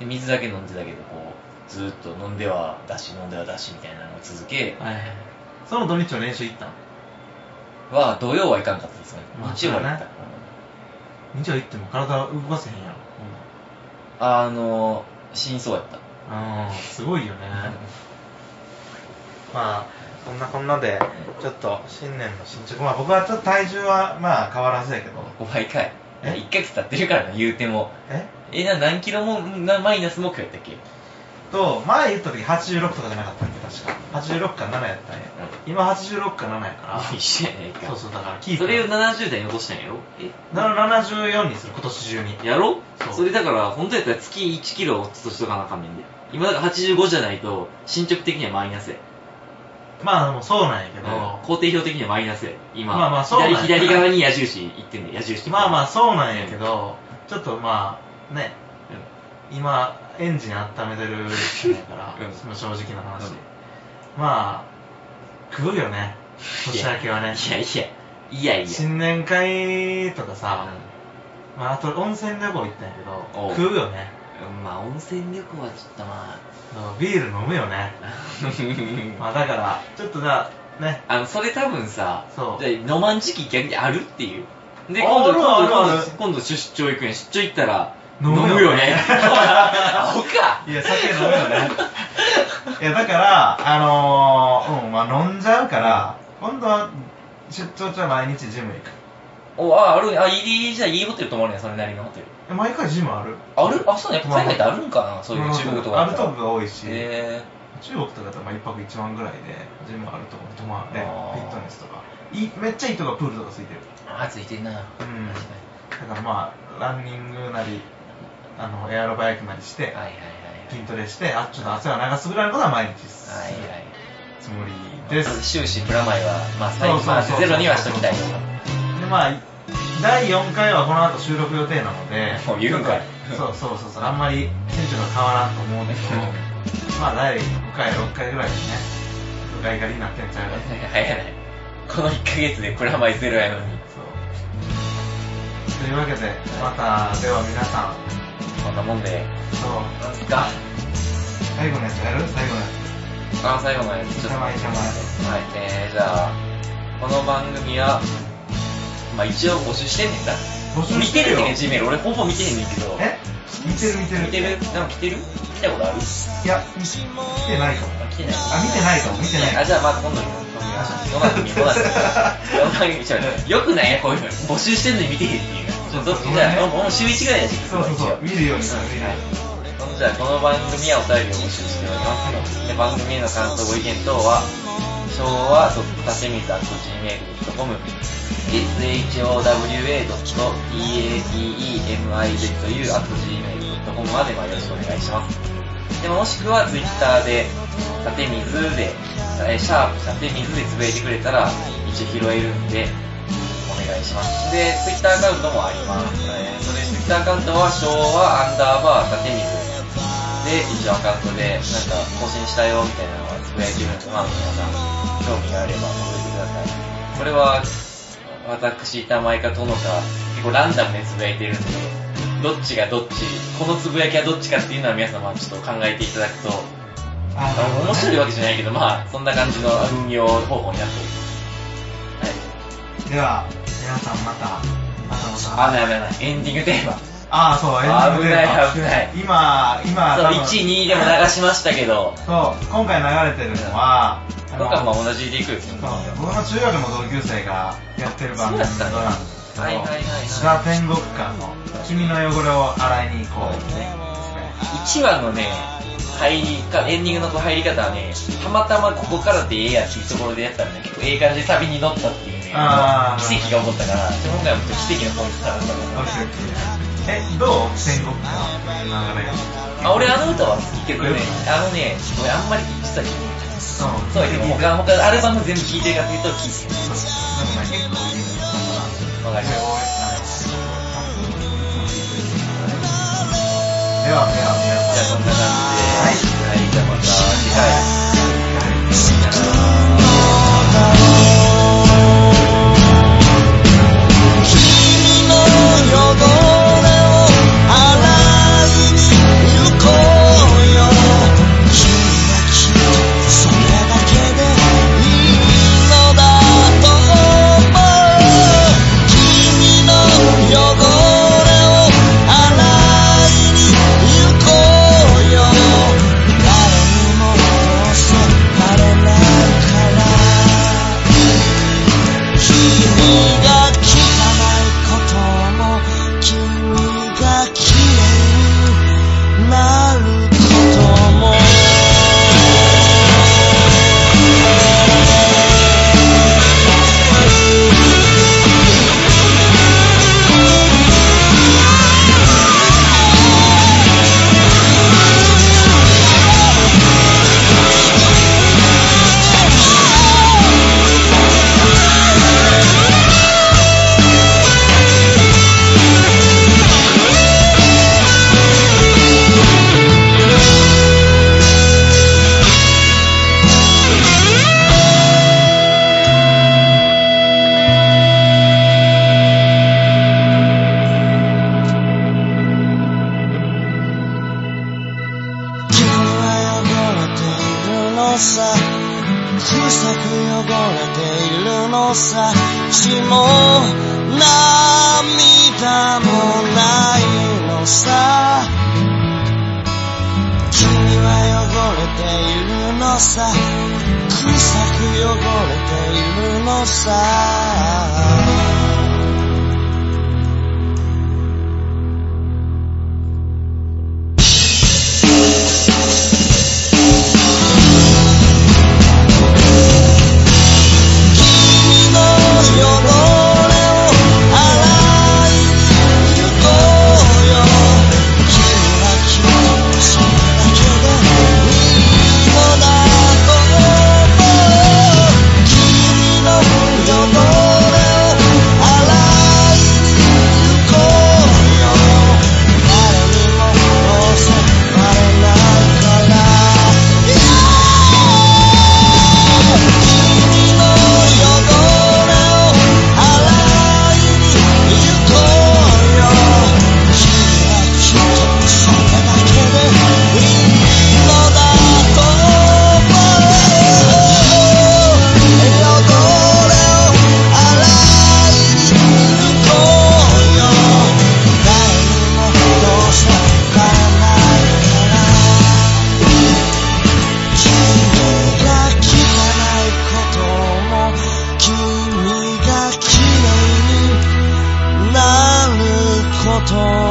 [SPEAKER 2] てで水だけ飲んでたけどこうずっと飲んではだし飲んではだしみたいなのを続け
[SPEAKER 3] はいはいその土日の練習行ったの
[SPEAKER 2] は土曜はいかんかったですね
[SPEAKER 3] まあ
[SPEAKER 2] 日曜は行った
[SPEAKER 3] そうだね日曜行っても体動かせへんやろ
[SPEAKER 2] あの死にそうやった
[SPEAKER 3] うんすごいよねまあそんなこんなでちょっと新年の進捗まあ僕はちょっと体重はまあ変わらずやけど
[SPEAKER 2] 5倍かい
[SPEAKER 3] え
[SPEAKER 2] 1ヶ月経ってるからな言うても
[SPEAKER 3] え
[SPEAKER 2] えな何キロもなマイナス目標やったっけ
[SPEAKER 3] と前言った時86とかじゃなかったっけ確か86か7やったんや今86か7やから
[SPEAKER 2] 一緒やねんか
[SPEAKER 3] そうそうだからキープ
[SPEAKER 2] それを70代に落としたんやろ
[SPEAKER 3] な74にする今年中に
[SPEAKER 2] えやろ
[SPEAKER 3] そう
[SPEAKER 2] それだから本当やったら月1キロ落としとかなあかんねんで今だから85じゃないと進捗的にはマイナスや、
[SPEAKER 3] まあでもそうなんやけ
[SPEAKER 2] う
[SPEAKER 3] ど、
[SPEAKER 2] ん、工程表的にはマイナスや今、
[SPEAKER 3] まあまあそうなんや
[SPEAKER 2] 左左側に矢印いってんねん矢印
[SPEAKER 3] まあま
[SPEAKER 2] あ
[SPEAKER 3] あそうなんやけど、ちょっとまあね今エンジン温めてるやから、
[SPEAKER 2] うん
[SPEAKER 3] その正直な話、
[SPEAKER 2] うん
[SPEAKER 3] まあ食うよね年明けはね
[SPEAKER 2] いやいやいやいや
[SPEAKER 3] 新年会とかさ、
[SPEAKER 2] う
[SPEAKER 3] まあ、あと温泉旅行行ったんやけ
[SPEAKER 2] おう
[SPEAKER 3] ど食うよね
[SPEAKER 2] んまあ温泉旅行はちょっとま
[SPEAKER 3] ビール飲むよね
[SPEAKER 2] あ
[SPEAKER 3] まあだからちょっとだね
[SPEAKER 2] あのそれ多分さ
[SPEAKER 3] そう
[SPEAKER 2] で飲まん時期逆にあるっていうで
[SPEAKER 3] あ
[SPEAKER 2] 今度
[SPEAKER 3] あ
[SPEAKER 2] 今
[SPEAKER 3] るある
[SPEAKER 2] 度
[SPEAKER 3] ある
[SPEAKER 2] 今度今度出張行くんや出張行ったら
[SPEAKER 3] 飲
[SPEAKER 2] 飲
[SPEAKER 3] むよ
[SPEAKER 2] むよ ねアホか
[SPEAKER 3] いや、酒飲むよね。 いや、だから、あのー、うん、まあ飲んじゃうから、今度は、出張中は毎日ジム行く。
[SPEAKER 2] おああるあいいじゃあいいホテル泊まるねんそれなりのホテル
[SPEAKER 3] え、毎回ジムある
[SPEAKER 2] あるあそうねやっぱ海外ってあるんかなそういう中国とか
[SPEAKER 3] あるとこが多いし、
[SPEAKER 2] へ
[SPEAKER 3] 中国とかだとまあ1泊1万ぐらいで、ジムあるとこに泊まって、フ
[SPEAKER 2] あー
[SPEAKER 3] ィットネスとか。いいめっちゃいいとこプールとかついてる。
[SPEAKER 2] えあついてんなうん
[SPEAKER 3] んだからまあ、ランニングなり、あの、エアロバイクなりし
[SPEAKER 2] は
[SPEAKER 3] て
[SPEAKER 2] い、はいはい
[SPEAKER 3] 筋トレして、あ、ちょっと汗は流すぐらいのことは毎日す
[SPEAKER 2] はいはいはい
[SPEAKER 3] るつもりです。
[SPEAKER 2] 終始プラマイはまあ最後
[SPEAKER 3] そうそう
[SPEAKER 2] まあ
[SPEAKER 3] そう
[SPEAKER 2] ゼロにはしときたいとか
[SPEAKER 3] でまあ第4回はこの後収録予定なので
[SPEAKER 2] もう言うんかい
[SPEAKER 3] そうそうそうそうあんまり選手が変わらんと思うんだけどまあ第5回6回ぐらいでねガリガリになってんちゃうか
[SPEAKER 2] 早い早いこの1ヶ月でプラマイゼロやのに
[SPEAKER 3] そうというわけでまたでは皆さん
[SPEAKER 2] こんなもんで
[SPEAKER 3] そう
[SPEAKER 2] なんすか
[SPEAKER 3] 最後のやつやる最後のや
[SPEAKER 2] あ最後までちょっ
[SPEAKER 3] つ
[SPEAKER 2] と
[SPEAKER 3] 名前名前
[SPEAKER 2] はい、えー、じゃあ、この番組は、まあ一応募集してんねんな。
[SPEAKER 3] 募集してるよ
[SPEAKER 2] 見てるってね、Gmail。俺ほぼ見てへんねんけど。
[SPEAKER 3] え見てる見てる
[SPEAKER 2] 見てるなんか来てる見たことある
[SPEAKER 3] いや見見てないかも
[SPEAKER 2] あ、来てない。
[SPEAKER 3] あ見てないかも見てない
[SPEAKER 2] あ、じゃあまず今度見よう。どうなってみよう。どうなってみよう。どうなってみようちょよくないね、こういう の。募集してんのに見てへんっていう。ちょっと、じゃあ、もう週1ぐらいだし。
[SPEAKER 3] そうそうそう見るようにする見ない
[SPEAKER 2] じゃあこの番組はお便りを募集しておりますで番組への感想ご意見等は昭和たせみた .gmail.com showa.taemizu.gmail.com まではよろしくお願いしますでもしくは Twitter で「縦水で」えーシャープ縦水でつぶやいてくれたら一応拾えるんでお願いします。で、ツイッターアカウントもあります。えーそれツイッターアカウントは昭和アンダーバー縦水で、一応アカウントで、なんか更新したよみたいなのはつぶやいてるので、まあ皆さん、興味があれば覗いてください。これは、私、板前か殿か、結構ランダムでつぶやいてるんで、どっちがどっち、このつぶやきはどっちかっていうのは皆様ちょっと考えていただくと、
[SPEAKER 3] あ
[SPEAKER 2] あの面白いわけじゃないけど、まあ、そんな感じの運用方法になっている。はい。
[SPEAKER 3] では皆さんまたまたまた
[SPEAKER 2] あ、ないないない、エンディングテーマ。
[SPEAKER 3] ああ、そう、
[SPEAKER 2] あ
[SPEAKER 3] エンディングテーマ
[SPEAKER 2] 危ない危
[SPEAKER 3] 今、今、多分
[SPEAKER 2] そう、1、2でも流しましたけど、
[SPEAKER 3] そう、今回流れてるのは、
[SPEAKER 2] とか、まあ同じリークですよね。
[SPEAKER 3] 僕の中学の同級生がやってる番組の
[SPEAKER 2] そうだったね
[SPEAKER 3] ドラマですけど
[SPEAKER 2] はいはいはいはい
[SPEAKER 3] ザ・天国館の「君の汚れを洗いに行こう」ですね
[SPEAKER 2] 1話のね、入りか、エンディングのこう入り方はね、たまたまここからでええやんっていうところでやったらね、結構ええ感じでサビに乗ったっていうね、奇
[SPEAKER 3] あー
[SPEAKER 2] 跡が起こったから、今回は本当に奇跡のポイントだったと思う。
[SPEAKER 3] えどう天国館の君の汚れ
[SPEAKER 2] あ、
[SPEAKER 3] を
[SPEAKER 2] 俺あの歌は好き結構ね、あのね、俺あんまり実は聞いてない。
[SPEAKER 3] うん
[SPEAKER 2] そうだけど、他、他アルバム全部聴いてるかというと聴いて
[SPEAKER 3] なんか結構いいの
[SPEAKER 2] る。わかります。
[SPEAKER 3] ではでは皆
[SPEAKER 2] じゃあそんな感じで、はい、じゃあまた次回、さよなら
[SPEAKER 3] さん
[SPEAKER 4] 今日は汚れているのさ臭く汚れているのさ血も涙もないのさ君は汚れているのさ臭く汚れているのさ君の汚れを洗いに行こうよ君の汚れを洗いに行こうよ君は君のそれだけでいいのだと思う君の汚れを洗いに行こうよ誰にも襲われないから君が汚いことも君が汚いになることも